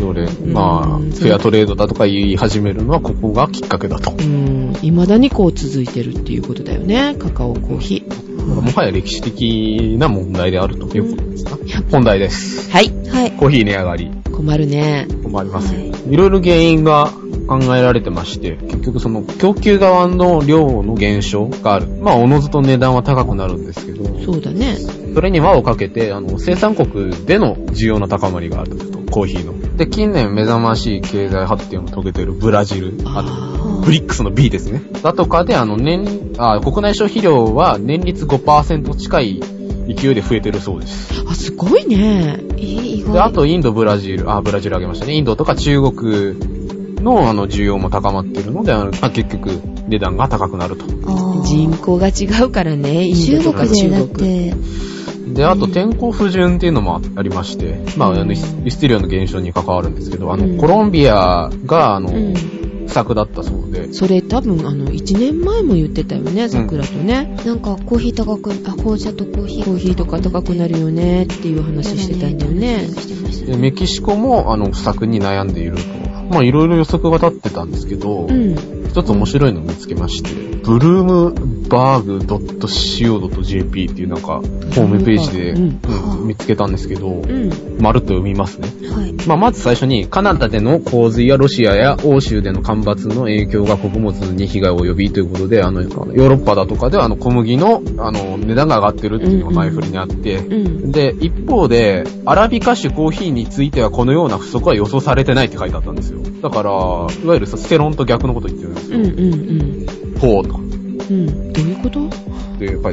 C: どれ、
A: ん
C: まあ、フェアトレードだとか言い始めるのは、ここがきっかけだと
A: う。ん、未だにこう続いてるっていうことだよね。カカオコーヒー。
C: もはや歴史的な問題であるということですか。本題です。
A: はい。
B: はい。
C: コーヒー値上がり
A: 困るね。
C: 困りますよ。いろいろ原因が考えられてまして、結局その供給側の量の減少がある。まあ、おのずと値段は高くなるんですけど、
A: そうだね。
C: それに輪をかけて、あの、生産国での需要の高まりがあると、コーヒーの。で、近年目覚ましい経済発展を遂げているブラジル、あと、
A: あ
C: ブリックスの B ですね。だとかで、あの、年、あ、国内消費量は年率5%近い勢いで増えてるそうです。
A: ーあ、すごいね。
B: えー、意
C: で、あ
B: 外。
C: とインド、ブラジル、あ、ブラジルあげましたね。インドとか中国の、あの、需要も高まってるので、あの、まあ、結局、値段が高くなると。
B: あー
A: 人口が違うからね、インド
B: 中
A: とか
B: 国
A: 中
B: でだっ
A: 国。
B: て、
C: で、あと天候不順っていうのもありまして、まあ、あの、輸出量の減少に関わるんですけど、あの、
A: うん
C: コロンビアが、あの、
A: うん。
C: 不作だったそうで、
A: それ多分、あの、1年前も言ってたよね、桜とね。
B: なんかコーヒー高く、あ、紅茶とコーヒー。
A: コーヒーとか高くなるよねっていう話してたんだよね。
B: してました
C: で、メキシコも、あの、不作に悩んでいると。まあ、いろいろ予測が立ってたんですけど、
A: うん。
C: 一つ面白いのを見つけまして、ブルームバーグ .co.jp っていうなんか、ホームページで、
A: ブルーム
B: ーグ
C: うん見つけたんですけど、
A: うん。
C: まるっと読みますね。
B: はい。
C: まあ、まず最初に、カナダでの洪水やロシアや欧州での干ばつの影響が穀物に被害を及びということで、あの、ヨーロッパだとかではあの小麦の、あの、値段が上がってるっていうのが前振りにあって、
A: うん。
C: で、一方で、アラビカ種コーヒーについてはこのような不足は予想されてないって書いてあったんですよ。だから、いわゆるさ、世論と逆のこと言ってるんです
A: うん。うん。
C: よ。ほうと。
A: うん。どういうこと
C: って書いてあっ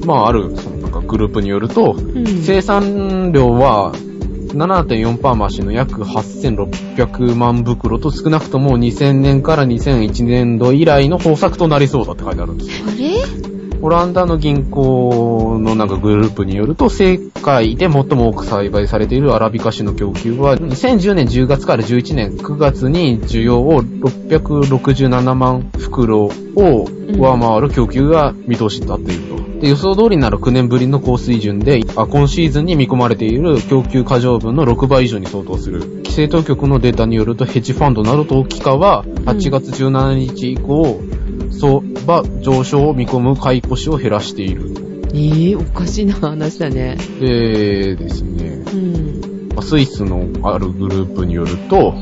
C: て。まあ、ある、そのなんかグループによると、
A: うん。
C: 生産量は7.4%増しの約8600万袋と少なくとも2000年から2001年度以来の豊作となりそうだって書いてあるんですよ。
B: あれ
C: オランダの銀行のなんかグループによると、世界で最も多く栽培されているアラビカ種の供給は、2010年10月から11年9月に需要を667万袋を上回る供給が見通しになっていると。で予想通りなら9年ぶりの高水準で、あ今シーズンに見込まれている供給過剰分の6倍以上に相当する。規制当局のデータによると、ヘッジファンドなど投機家は、8月17日以降、相場上昇を見込む買い越しを減らしている。
A: ええおかしいな話だね。
C: でですね、
A: うん。
C: まあスイスのあるグループによると、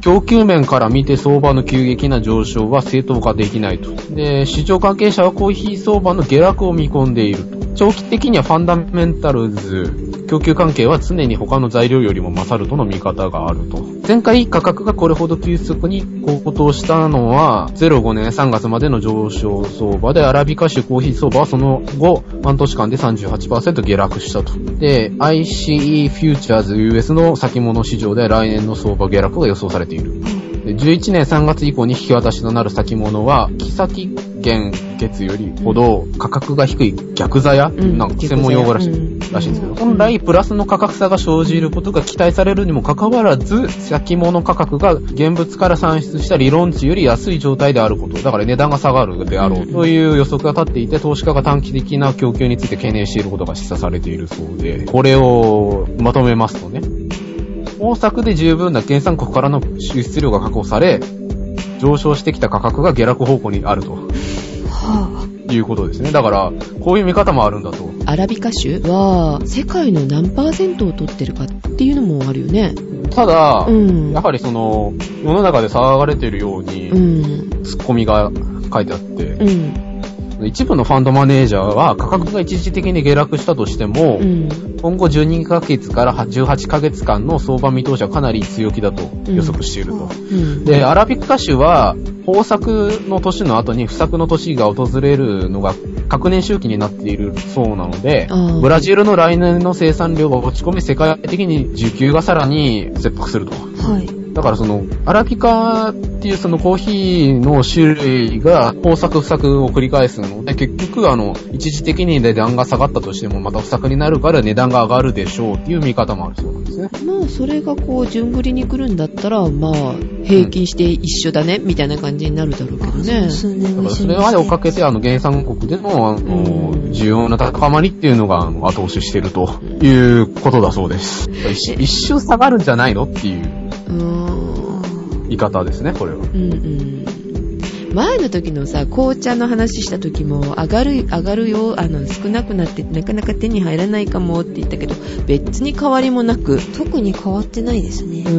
C: 供給面から見て相場の急激な上昇は正当化できないと。で、市場関係者はコーヒー相場の下落を見込んでいると。長期的にはファンダメンタルズ、供給関係は常に他の材料よりも勝るとの見方があると。前回価格がこれほど急速に高騰したのは、05年3月までの上昇相場で、アラビカ種コーヒー相場はその後、半年間で38%下落したと。で、ICE フューチャーズ US の先物市場で来年の相場下落が予想されている。で11年3月以降に引き渡しとなる先物は、木先現月よりほど価格が低い逆ざや、
A: ん
C: なんか専門用語らしい,、
A: 逆ざやうん
C: らしいんですけど、本来プラスの価格差が生じることが期待されるにもかかわらず、先物価格が現物から算出した理論値より安い状態であること、だから値段が下がるであろうという予測が立っていて、投資家が短期的な供給について懸念していることが示唆されているそうで、これをまとめますとね、豊作で十分な原産国からの輸出量が確保され、上昇してきた価格が下落方向にあると
B: は
C: いうことですね。だから、こういう見方もあるんだと。
A: アラビカ種は世界の何パーセントを取ってるかっていうのもあるよね。
C: ただ、
A: うん
C: やはりその、世の中で騒がれているように、
A: うん。
C: ツッコミが書いてあって
A: う、ん。
C: 一部のファンドマネージャーは価格が一時的に下落したとしても、
A: うん。
C: 今後12ヶ月から18ヶ月間の相場見通しはかなり強気だと予測していると。
B: うん
A: うん。
C: で、アラビック歌手は、豊作の年の後に不作の年が訪れるのが、各年周期になっているそうなので
A: あー、
C: ブラジルの来年の生産量が落ち込み、世界的に需給がさらに切迫すると。
B: あはい。
C: だからその、アラビカっていうそのコーヒーの種類が豊作不作を繰り返すので、結局あの、一時的に値段が下がったとしても、また不作になるから値段が上がるでしょうっていう見方もあるそうなんですね。
A: まあ、それがこう、順繰りに来るんだったら、まあ、平均して一緒だね、みたいな感じになるだろうけどね。
B: 数年後
C: だから
B: 一
C: そ
B: 緒にし
C: れ
B: て
C: まで追っかけて、あの、原産国での、あの
A: うん、
C: 需要の高まりっていうのが、あの、後押ししてるということだそうです。一一瞬下がるんじゃないのっていう
A: うーん。
C: 言い方ですね、これは。
A: うんうん。前の時のさ、紅茶の話した時も、上がる、上がるよ、あの、少なくなって、なかなか手に入らないかもって言ったけど、別に変わりもなく、
B: 特に変わってないですね
A: う。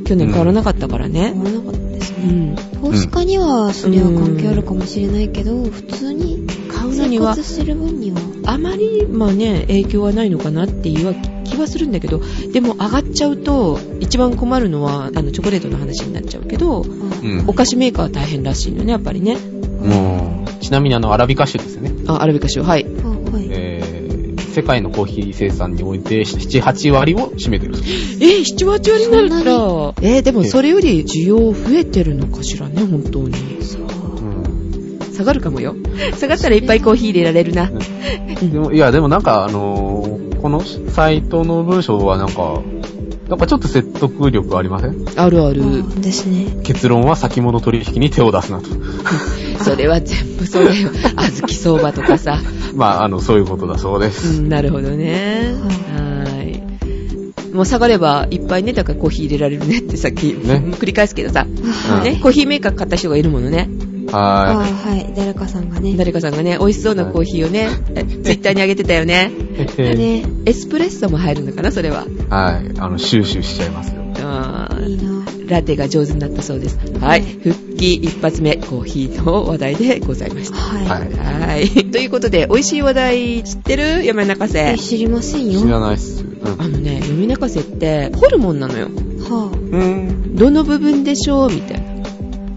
A: ん。去年変わらなかったから
B: 変
A: ね。
B: わらなかったです
A: う
B: ね。
A: ん。
B: 投資家にはそれは関係あるかもしれないけど、普通に
A: 買うの
B: 生
A: には
B: 活、してる分には、
A: あまり、まあね、影響はないのかなっていうは気はするんだけど、でも上がっちゃうと、一番困るのは、あの、チョコレートの話になっちゃうけど、
C: うん
A: お菓子メーカーは大変らしいのね、やっぱりね。
C: もう、ちなみにあの、アラビカ種ですね。
A: あ、アラビカ州、はい。
B: あはい。
C: えー、世界のコーヒー生産において、7、8割を占めてるそうです。
A: えー、7、8割になるんだ。えー、でも
C: ええ
A: それより需要増えてるのかしらね、本当に。
B: そう。
A: 下がるかもよ。 *laughs* 下がったらいっぱいコーヒー入れられるな。
C: でも、いや、でもなんか、あのーこのサイトの文章はなんか、なんかちょっと説得力ありません
A: あるある。
B: あですね。
C: 結論は先物取引に手を出すなと。 *laughs*
A: それは全部そうだよ。 *laughs* あずき相場とかさ。
C: まあ、あの、そういうことだそうで
A: う
C: す。
A: ん、なるほどね。はーい。もう下がればいっぱいね、だからコーヒー入れられるねってさっき、
C: ね
A: 繰り返すけどさ。ね、
B: あ
A: コーヒーメーカー買った人がいるものね。
B: あ
C: は
B: はい。誰かさんがね。
A: 誰かさんがね、美味しそうなコーヒーをね、えツイッターにあげてたよね。
C: い。
B: ね。
A: エスプレッソも入るのかな、それは。
C: はい。あの、収集しちゃいますよ。
A: あー
B: いいな。
A: ラテが上手になったそうです。はい。復帰一発目、コーヒーの話題でございました。
B: は。
C: はいい。
A: はい。 *laughs* ということで、美味しい話題知ってる嫁泣かせ
B: え。知りませんよ。
C: 知
B: は
C: らないっす。うん
A: あのね、嫁泣かせって、ホルモンなのよ。
B: ぁ。
C: うん。
A: どの部分でしょうみたいな。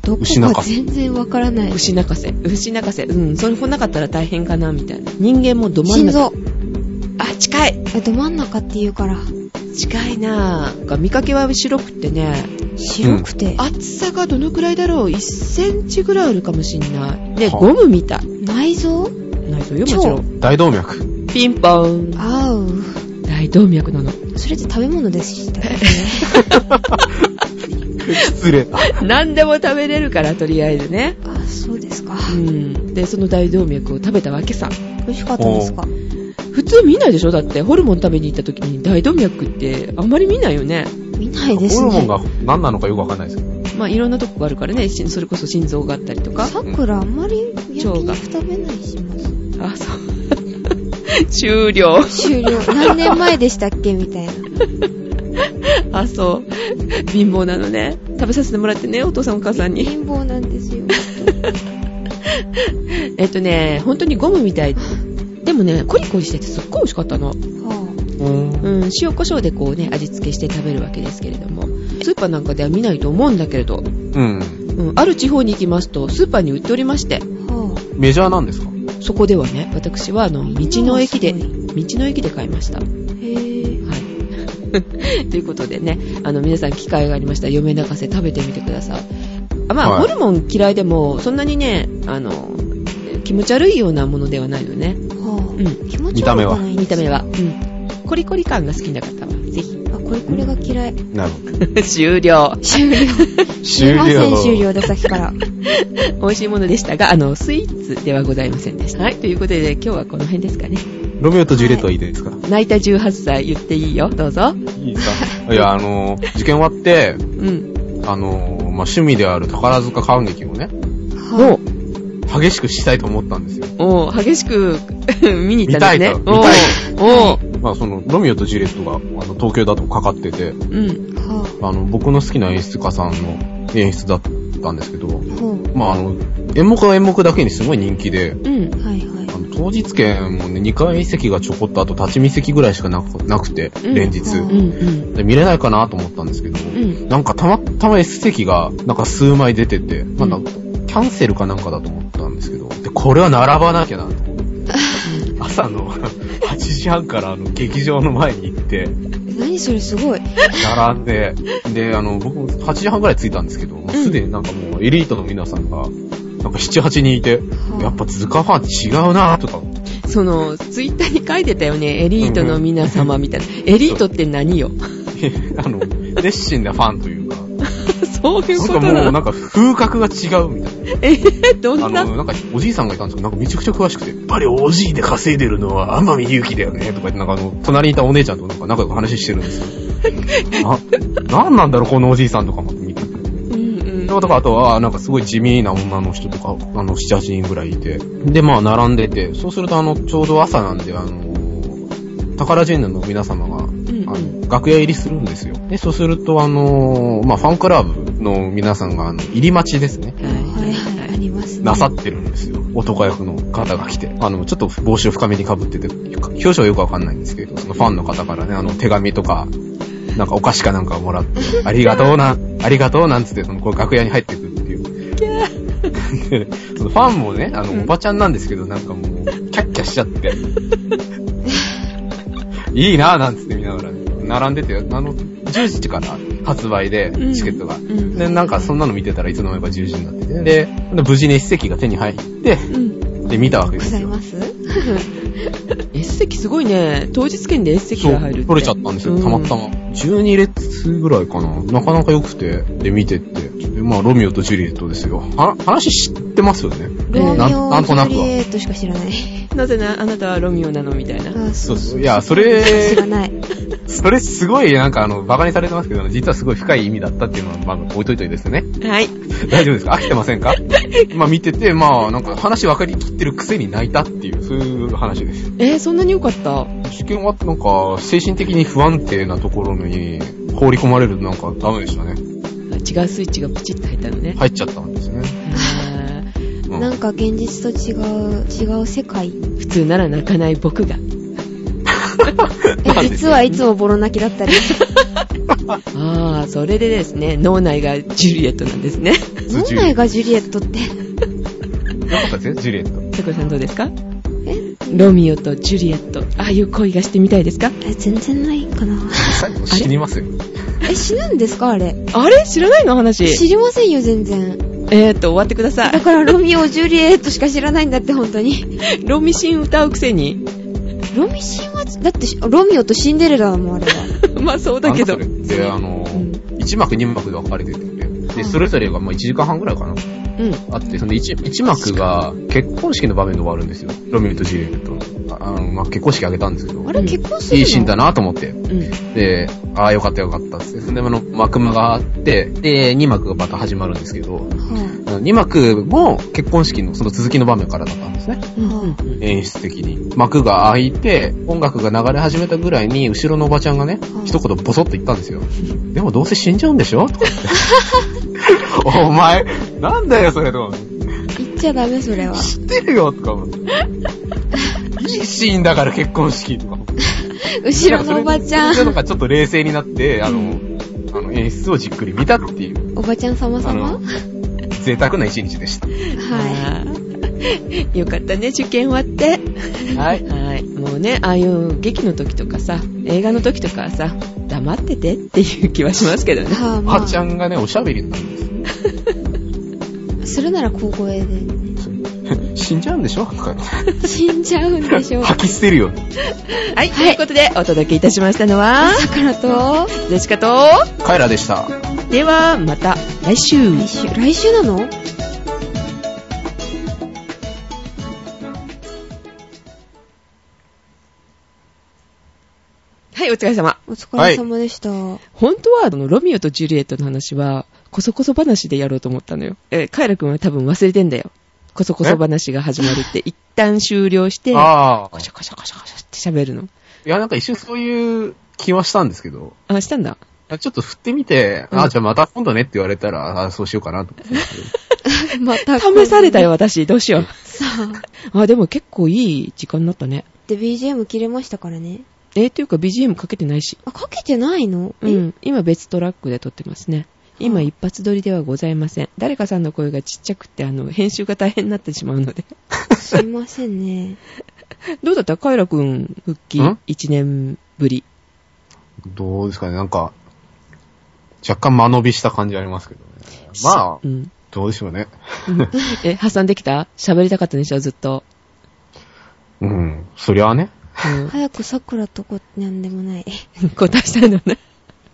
B: どこ
C: 牛なん
B: か
C: か
B: 全然わからない。
A: 牛泣かせ。牛泣かせ。うん。それ来なかったら大変かなみたいな。人間もど真ん
B: 心
A: 中。
B: 臓。
A: あ、近い。
B: えど真ん中って言うから。
A: 近いなぁ。なんか見かけは白くってね、
B: 白くて、
A: 厚さがどのくらいだろう ?1 センチぐらいあるかもしんない。ね、
C: はあ
A: ゴムみたい。
B: 内臓
A: 内臓よ、もちろん。
C: 大
B: *laughs*
C: 動脈。
A: ピンポン。
B: あ
A: 大動脈なの。
B: うそれって食べ物で
A: *laughs*
B: したっけ
C: 失礼。
A: 何でも食べれるから、とりあえずね。
B: あそうですか
A: うん。で、その大動脈を食べたわけさ。
B: 美味しかったですか
A: 普通見ないでしょだって、ホルモン食べに行った時に大動脈ってあんまり見ないよね。
B: 見ないですね
C: ホルモンが何なのかよくわかんないですけど。
A: まあ、いろんなとこがあるからね。しそれこそ心臓があったりとか。
B: さくらあんまり焼き
A: 腸が
B: 肉食べないします
A: あ、そう。 *laughs* 終了。
B: 終
A: *laughs*
B: 了何年前でしたっけみたいな
A: あ、そう。貧乏なのね。食べさせてもらってね、お父さんお母さんに。
B: 貧乏なんですよ
A: えっとね、本当にゴムみたい。でもね、コリコリしててすっごい美味しかったの。
B: は
C: うん。
A: うん、塩コショウでこうね、味付けして食べるわけですけれども。スーパーなんかでは見ないと思うんだけれど、
C: うん。
A: うん、ある地方に行きますと、スーパーに売っておりまして、
B: あは
C: メジャーなんですか
A: そこではね、私はあの、道の駅で、道の駅で買い *laughs* ました。は
B: あへえ
A: い。ということでね、あの、皆さん機会がありましたら、嫁泣かせ食べてみてください。あまあ、
C: はい
A: ホルモン嫌いでも、そんなにね、あの、気持ち悪いようなものではないのね。う
B: は
A: ん。
B: あ気持ち悪くないんで
A: 見
B: す
A: た目
B: よ
A: は。うん。コリコリ感が好きな方は、ぜひ。
B: あこれこれが嫌い
C: なるほど。
A: 終了。
B: *laughs* 終了すい
C: 終
B: ません終了ださっきから
A: 美味しいものでしたが、あの、スイーツではございませんでした。はい。ということで、今日はこの辺ですかね。
C: ロミオとジュリエットはいいですか、
A: 泣いた18歳言っていいよ。どうぞ。
C: い、いですかいや、あのー、受験終わって、
A: うん。
C: あのー、まあ、趣味である宝塚感劇をね、
A: もう
B: は、
C: 激しくしたいと思ったんですよ。
A: おう激しく *laughs* 見に行ったんですね。
C: 見たい
A: おうおう
C: まあ、その、ロミオとジュリエットが、あの、東京だとかかってて、
A: うん。
B: あは
C: あの、僕の好きな演出家さんの演出だったんですけど、
B: あほ
C: まあ、あの、演目は演目だけにすごい人気で、
A: うん。
B: うはいはい
C: あの当日券もね、2回席がちょこっと、あと立ち見席ぐらいしかなくなくて、
A: うん
C: 連日、
A: うん。うん。
C: で見れないかなと思ったんですけど、
A: ん
C: なんかたまたま S 席が、なんか数枚出てて、まあなんかキャンセルかなんかだと思ったんですけど、で、これは並ばなき
A: *laughs*
C: ゃなと思って。朝の8時半からあの劇場の前に行って、
B: え何それすごい
C: 並んで、で、あの、僕も8時半ぐらい着いたんですけど、もうすでになんかもうエリートの皆さんが、なんか7、8人いて、やっぱ図鑑ファン違うなとか、 *laughs*
A: その、ツイッターに書いてたよね。エリートの皆様みたいな。エリートって何よ。
C: あの、熱心なファンというか、
A: *laughs* そういう
C: なん
A: こ
C: か
A: と
C: も
A: な
C: う
A: の。
C: なんか風格が違うみたいな。
A: えーど
C: あ
A: んな
C: の、なんか、おじいさんがいたんですけど、なんかめちゃくちゃ詳しくて、やっぱりおじいで稼いでるのは天海祐希だよね、とか言って、なんかあの、 *laughs* 隣にいたお姉ちゃんとなんか仲良く話してるんですよ。 *laughs* な、なんなんだろう、このおじいさんとかも見てて。
A: うんうん。
C: とか、あとは、なんかすごい地味な女の人とか、あの、7、8人ぐらいいて。で、まあ、並んでて、そうすると、あの、ちょうど朝なんで、あの、宝ジェンヌの皆様が、
A: うん
C: あの、楽屋入りするんですよ。で、そうすると、あの、まあ、ファンクラブの皆さんが、あの、入り待ちですね。
B: はいはいありますね
C: なさってるんですよ。男役の方が来て。あの、ちょっと帽子を深めに被ってて、表情はよくわかんないんですけど、そのファンの方からね、あの、手紙とか、なんかお菓子かなんかをもらって、ありがとうな、ありがとうなんつって、その、こう楽屋に入ってくっていう。で *laughs* そのファンもね、あ
A: うん
C: の、おばちゃんなんですけど、なんかもう、キャッキャしち
A: *laughs*
C: ゃって。いいなぁなんつって見ながら、並んでて、あの、10時から発売で
A: うん、
C: チケットが。
A: うん
C: で、なんかそんなの見てたらいつの間にか10時になってて、で、で無事に一席が手に入って、
A: うん。
C: で、見たわけ
B: ご
C: で
B: ざ
C: す
B: い
C: よ。
B: ます
A: S 席すごいね。当日券で S 席
C: そう
A: が入るって。
C: 取れちゃったんですよ、たまた
A: うん
C: ま。12列ぐらいかな。なかなか良くて、で、見てって。で、まあ、ロミオとジュリエットですよ。は、話知ってますよね。
B: ロ
A: えー
B: ミオ
C: なんなんとな
B: ジュ
C: くは
B: リエットしか知らない。
A: なぜな、あなたはロミオなのみたいな。
B: あ
C: そうそう。いや、そ
B: 知 *laughs* ら
C: れ、
B: ない。
C: それすごい、なんかあの、バカにされてますけど、実はすごい深い意味だったっていうのは、まあ、置いといといてですね。 *laughs*
A: はい。
C: 大丈夫ですか飽きてません
B: *laughs*
C: かまあ、見てて、まあ、なんか話分かりきってるくせに泣いたっていう、そういう話です。
A: えー、そんなに良かった
C: 試験はなんか、精神的に不安定なところに放り込まれるとなんかダメでしたね。
A: 違うスイッチがプチッと入ったの *laughs* ね。
C: 入っちゃったんですね。
A: あー
C: うん
B: なんか現実と違う、違う世界。
A: 普通なら泣かない僕が。
C: *laughs* な
B: え、
C: ん *laughs* で
B: 実はいつもボロ泣きだ
C: *laughs*
B: ったり、
A: ああ、それでですね、脳内がジュリエットなんです *laughs* ね。
B: 脳内がジュリエットって。
C: よかったですよ、ジュリエット。
A: さくらさんどうですか
B: え、
A: ロミオとジュリエット、ああいう恋がしてみたいですか
B: え全然ないか
C: *laughs*
B: な
C: 最後死にますよ。
B: え死ぬんですかあれ
A: あれ知らないの話。
B: 知りませんよ全然
A: えーっと、終わってくださ
B: だ
A: い。
B: からロミオ・ジュリエットしか知らないんだって本当に
A: ロミシン歌うくせに。 *laughs*
B: ロミシンはだってしロミオとシンデレラだもんあれは
A: まあそうだけど。
C: なんかそれって、あの、1幕2幕で分かれてて、で、それぞれがまあ1時間半ぐらいかな。
A: うん。
C: あって、その 1, 1幕が結婚式の場面で終わるんですよ。ロミオとジュリエットの。ああの、まあ、結婚式あげたんですけど。
B: あれ結婚するの
C: いいシーンだなと思って。
A: うん。
C: で、ああ、よかったよかったっつって。で、あの、幕間があって、で、2幕がまた始まるんですけど、
B: は
C: あの2幕も結婚式のその続きの場面からだったんですね。
B: あは
C: 演出的に。幕が開いて、音楽が流れ始めたぐらいに、後ろのおばちゃんがね
B: う、ん
C: 一言ボソッと言ったんですよ。でもどうせ死んじゃうんでしょとか言って *laughs* お前、なんだよそれとか。
B: あ言っちゃダメそれは
C: 知ってるよとか思って。いいシーンだから結婚式とか思って。
B: 後ろのおばちゃ
C: なんかそれに
B: ん
C: なんかちょっと冷静になって、あの、あの演出をじっくり見たっていう、
B: おばちゃん様
C: あ
B: 様
C: の
B: は、
C: 贅沢な一日でした。
B: い
A: あー *laughs* よかったね、受験終わって。
C: はい。
A: はい。もうね、ああいう劇の時とかさ、映画の時とかはさ、黙っててっていう気はしますけどね。
B: はあ
C: お
B: ま
C: ばちゃ
B: あ
C: んがね、おしゃべりになるんですよ
B: するなら高校へで
C: *laughs* 死んじゃうんでしょとか
B: 死んじゃうんでしょう
C: 吐き捨てるよ。
A: はい。ということで、お届けいたしましたのは、
B: だからと
A: ジェシカと、
C: カエラでした。
A: では、また来週。
B: 来週来週なの
A: はい、お疲れ様。
B: お疲れ様でした、
A: 本当は、あの、ロミオとジュリエットの話は、こそこそ話でやろうと思ったのよ。えーカイラ君は多分忘れてんだよ。こそこそ話が始まるって、一旦終了して、
C: ああ
A: コ。シャコシャコシャコシャって喋るの。
C: いや、なんか一瞬そういう気はしたんですけど、
A: あ、したんだ。
C: ちょっと振ってみて、
A: うん
C: あ、じゃあまた今度ねって言われたら、あそうしようかなと思っ
B: *laughs*
C: て。
B: また
A: 試されたよ、私。どうしよ
B: さあ
A: う。あ、でも結構いい時間になったね。
B: で BGM 切れましたからね
A: えー、というか BGM かけてないし。
B: あかけてないの
A: う
B: え
A: ん。今別トラックで撮ってますね。今
B: うん
A: 一発撮りではございません。誰かさんの声がちっちゃくて、あの、編集が大変になってしまうので。 *laughs*
B: すいませんね
A: どうだったカイラくん、復帰
C: ん
A: 1年ぶり。
C: どうですかね、なんか、若干間延びした感じありますけどね。ま
A: う
C: あ、
A: ん。
C: どうでしょうね。
A: え、破産できた喋りたかったでしょ、ずっと。
C: うん、そりゃ
A: *laughs*
C: あね。
A: う
B: 早く桜とこなんでもない
A: ん。答えしたいのね。 *laughs*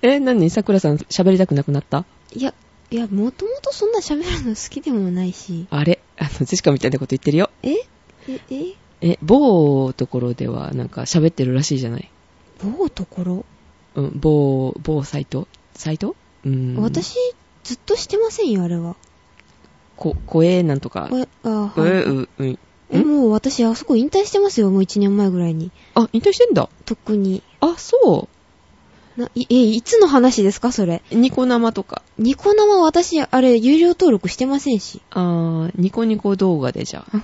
A: え、何さくらさん喋りたくなくなった
B: いやいやもともとそんな喋るの好きでもないし
A: あれあの、ジェシカみたいなこと言ってるよ。
B: えええ
A: え、某ところではなんか喋ってるらしいじゃない。
B: 某ところ、
A: うん、某、某サイトサイトうん。
B: 私ずっとしてませんよあれは
A: こ、声なんとか。
B: えあ、
A: え、
B: はい
A: うん、うん。
B: えもう私あそこ引退してますよもう1年前ぐらいに
A: あ、引退してんだ。
B: とっくに
A: あ、そ
B: ないえいつの話ですかそれ
A: う。ニコ生とか。
B: ニコ生私あれ有料登録してませんし
A: あー、ニコニコ動画でじゃあ。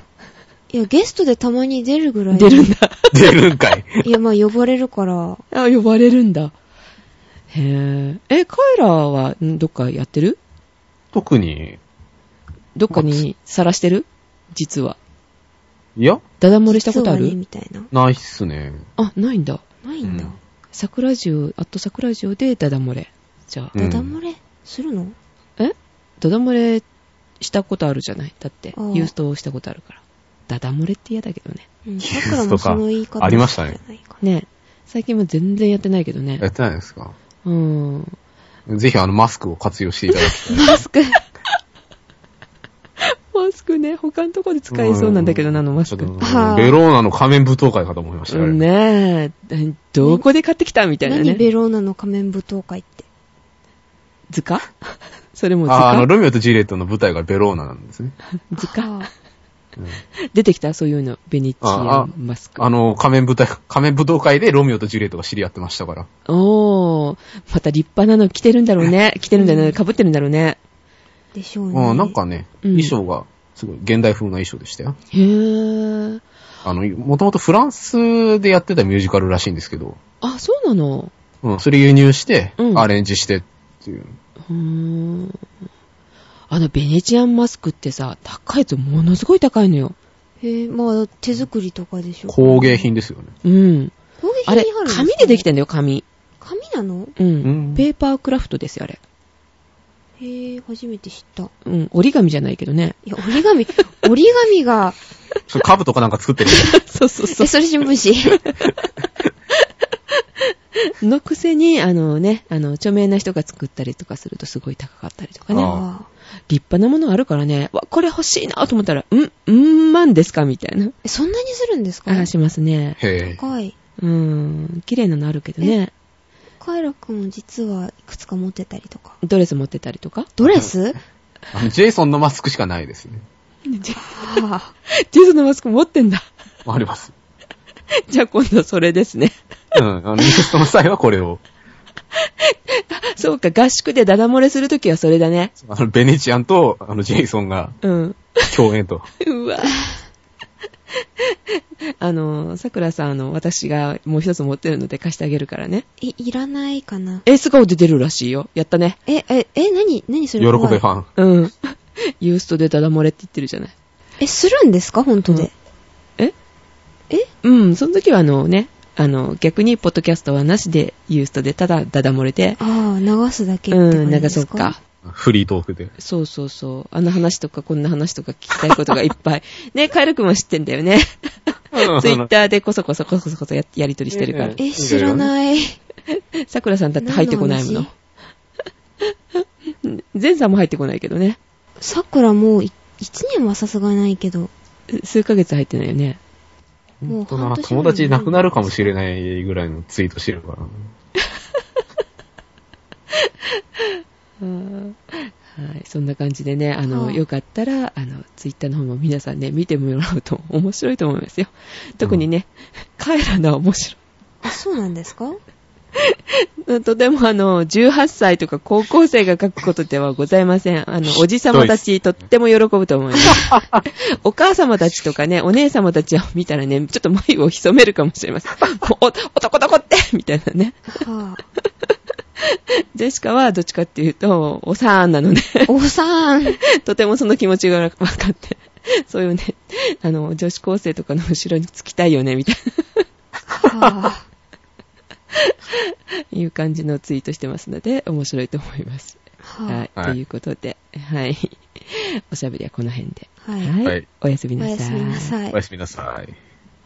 B: いやゲストでたまに出るぐらい
A: 出るんだ。 *laughs*
C: 出るんかい。
B: いやまあ呼ばれるから
A: あ、呼ばれるんだ。へー。え、カエラは、んどっかやってる
C: 特に、
A: どっかにさらしてる実は。
C: いや、
A: ダダ漏れしたことあ
B: 実はね
A: る
B: みたいな
C: ないっすね。
A: あ、ないんだ。
B: ない
C: うん
B: だ、
C: ん
A: 桜城、あと桜城でダダ漏れ。じゃあ、
C: うん
B: ダダ漏れするの
A: えダダ漏れしたことあるじゃないだって
B: ああ、
A: ユーストしたことあるから。ダダ漏れって嫌だけどね。
B: うん、
C: キュー
B: 桜もその言い
C: と
B: 方
C: かありましたね
B: じゃないか
A: ねえ最近も全然やってないけどね
C: や。ってないですか
A: うん。
C: ぜひあのマスクを活用していただきたい。
B: マスク
A: *laughs* マスクね、他のとこで使えそうなんだけどな、あのマスク。
C: ちょっと
B: はあ
C: ベローナの仮面舞踏会かと思いました
A: う
C: よ。
A: んねえ、どこで買ってきたみたいな
B: 何ベ
A: ね。
B: ローナの仮面舞踏会って
A: 図鑑それも図
C: あ、あの、
A: 鑑
C: ロミオとジュリエットの舞台がベローナなんですね。
A: 図鑑
B: はあ
A: *laughs* 出てきたそういうの。ベネチアンマスク。
C: あの、仮面舞台、仮面舞踏会でロミオとジュリエットが知り合ってましたから。
A: おー、また立派なの着てるんだろう
C: *laughs*
A: ね。着てるんだろうね。かぶってるんだろうね。
B: でしょうね
C: うん、なんかね、
A: うん
C: 衣装が、すごい現代風な衣装でしたよ。
A: へー。
C: あの、もともとフランスでやってたミュージカルらしいんですけど、
A: あ、そうなの。
C: うん、それ輸入して
A: う、ん
C: アレンジしてっていう。
A: うーん。あの、ベネチアンマスクってさ、高いとものすごい高いのよ。
B: へえ、まあ、手作りとかでしょ。
C: 工芸品ですよね。
A: うん。
B: 工芸
A: あ
B: 品に
A: れ
B: 入るん、
A: 紙ででき
B: た。
A: てんだよ、紙。
B: 紙なの
A: うん。
C: うん
A: ペーパークラフトですよ、あれ。
B: へえ、初めて知った。
A: うん、折り紙じゃないけどね。
B: いや、折り紙、 *laughs* 折り紙が、
C: それ株とかなんか作ってる。
A: *laughs* *laughs* そうそうそ
B: え、それ新
A: *laughs*
B: 聞紙
A: う。 *laughs* のくせに、あのね、あの、著名な人が作ったりとかするとすごい高かったりとかね。
C: あ
B: ああ
A: 立派なものあるからね、わ、これ欲しいなと思ったら、ん、うんまんですかみたいな。
B: えそんなにするんですか
A: あ、しますね。
C: へえ。
B: 高い。
A: うん、綺麗なのあるけどね。
B: カイラくん実はいくつか持ってたりとか。
A: ドレス持ってたりとか。
B: ドレス
C: あのジェイソンのマスクしかないですね。
A: ジェ
B: ああ
A: ジェイソンのマスク持ってんだ。
C: あります。
A: *laughs* じゃあ今度それですね。 *laughs*
C: うん。あの、リクエストの際はこれを。
A: そうか、合宿でダダ漏れするときはそれだね。
C: あの、ベネチアンと、あの、ジェイソンが
A: うん。
C: 共
A: *laughs*
C: 演と。
A: うわあの、さくらさん、あの、私がもう一つ持ってるので貸してあげるからね。
B: え、いらないかな。
A: エース顔で出るらしいよ。やったね。
B: え、え、え、なに、なにそ
C: 喜
B: れ
C: べフ
B: 怖い
C: ァン。
A: うん。 *laughs* ユーストでダダ漏れって言ってるじゃない。
B: え、するんですか本当で。
A: え
B: え
A: うん、その時はあのね、あの、逆にポッドキャストはなしでユーストでただダダ漏れて、
B: ああ、流すだけって
A: うん、な
B: 感
A: ん
B: じで
A: かそ
B: す
A: っ
B: か。
A: か。。
C: フリートークで。
A: そうそうそう。あの話とかこんな話とか聞きたいことがいっ
B: *laughs*
A: ぱい。ね、カエル君は知ってんだよね。ツイッターでこそこそこそこそややりとりしてるから。
B: え、知らない。
A: さくらさんだって入ってこないもの。 *laughs* 前さんも入ってこないけどね。
B: さくらもうい一年はさすがないけど。
A: 数ヶ月入ってないよね。
B: もう
C: 本当
B: 半
C: な
B: 年
C: 友達いなくなるかもしれないぐらいのツイートしてるからな。
A: はい。そんな感じでね、あの、
B: はい
A: よかったら、あの、ツイッターの方も皆さんね、見てもらうと面白いと思いますよ。特にね、カエラのは面白い。
B: あ、そうなんですか
A: うんとてもあの、18歳とか高校生が書くことではございません。あの、おじさまたちとっても喜ぶと思います。 *laughs* お母様たちとかね、お姉様たちを見たらね、ちょっと眉を潜めるかもしれません。 *laughs* もうお男どこってみたいなね。
B: はあ。
A: ジェシカはどっちかっていうと、おさーんなので、 *laughs*
B: おさん。
A: とてもその気持ちが分かって、そういうね、あの、女子高生とかの後ろにつきたいよね、みたい
B: はあ。
A: な、いう感じのツイートしてますので、面白いと思います。は。
B: はい
C: はい
A: ということで、はい。おしゃべりはこの辺で。
B: あ。はい。
A: はい。
C: はい
A: おやすみ
B: お
A: なさ
B: やすみなさい
C: お。やすみなさい。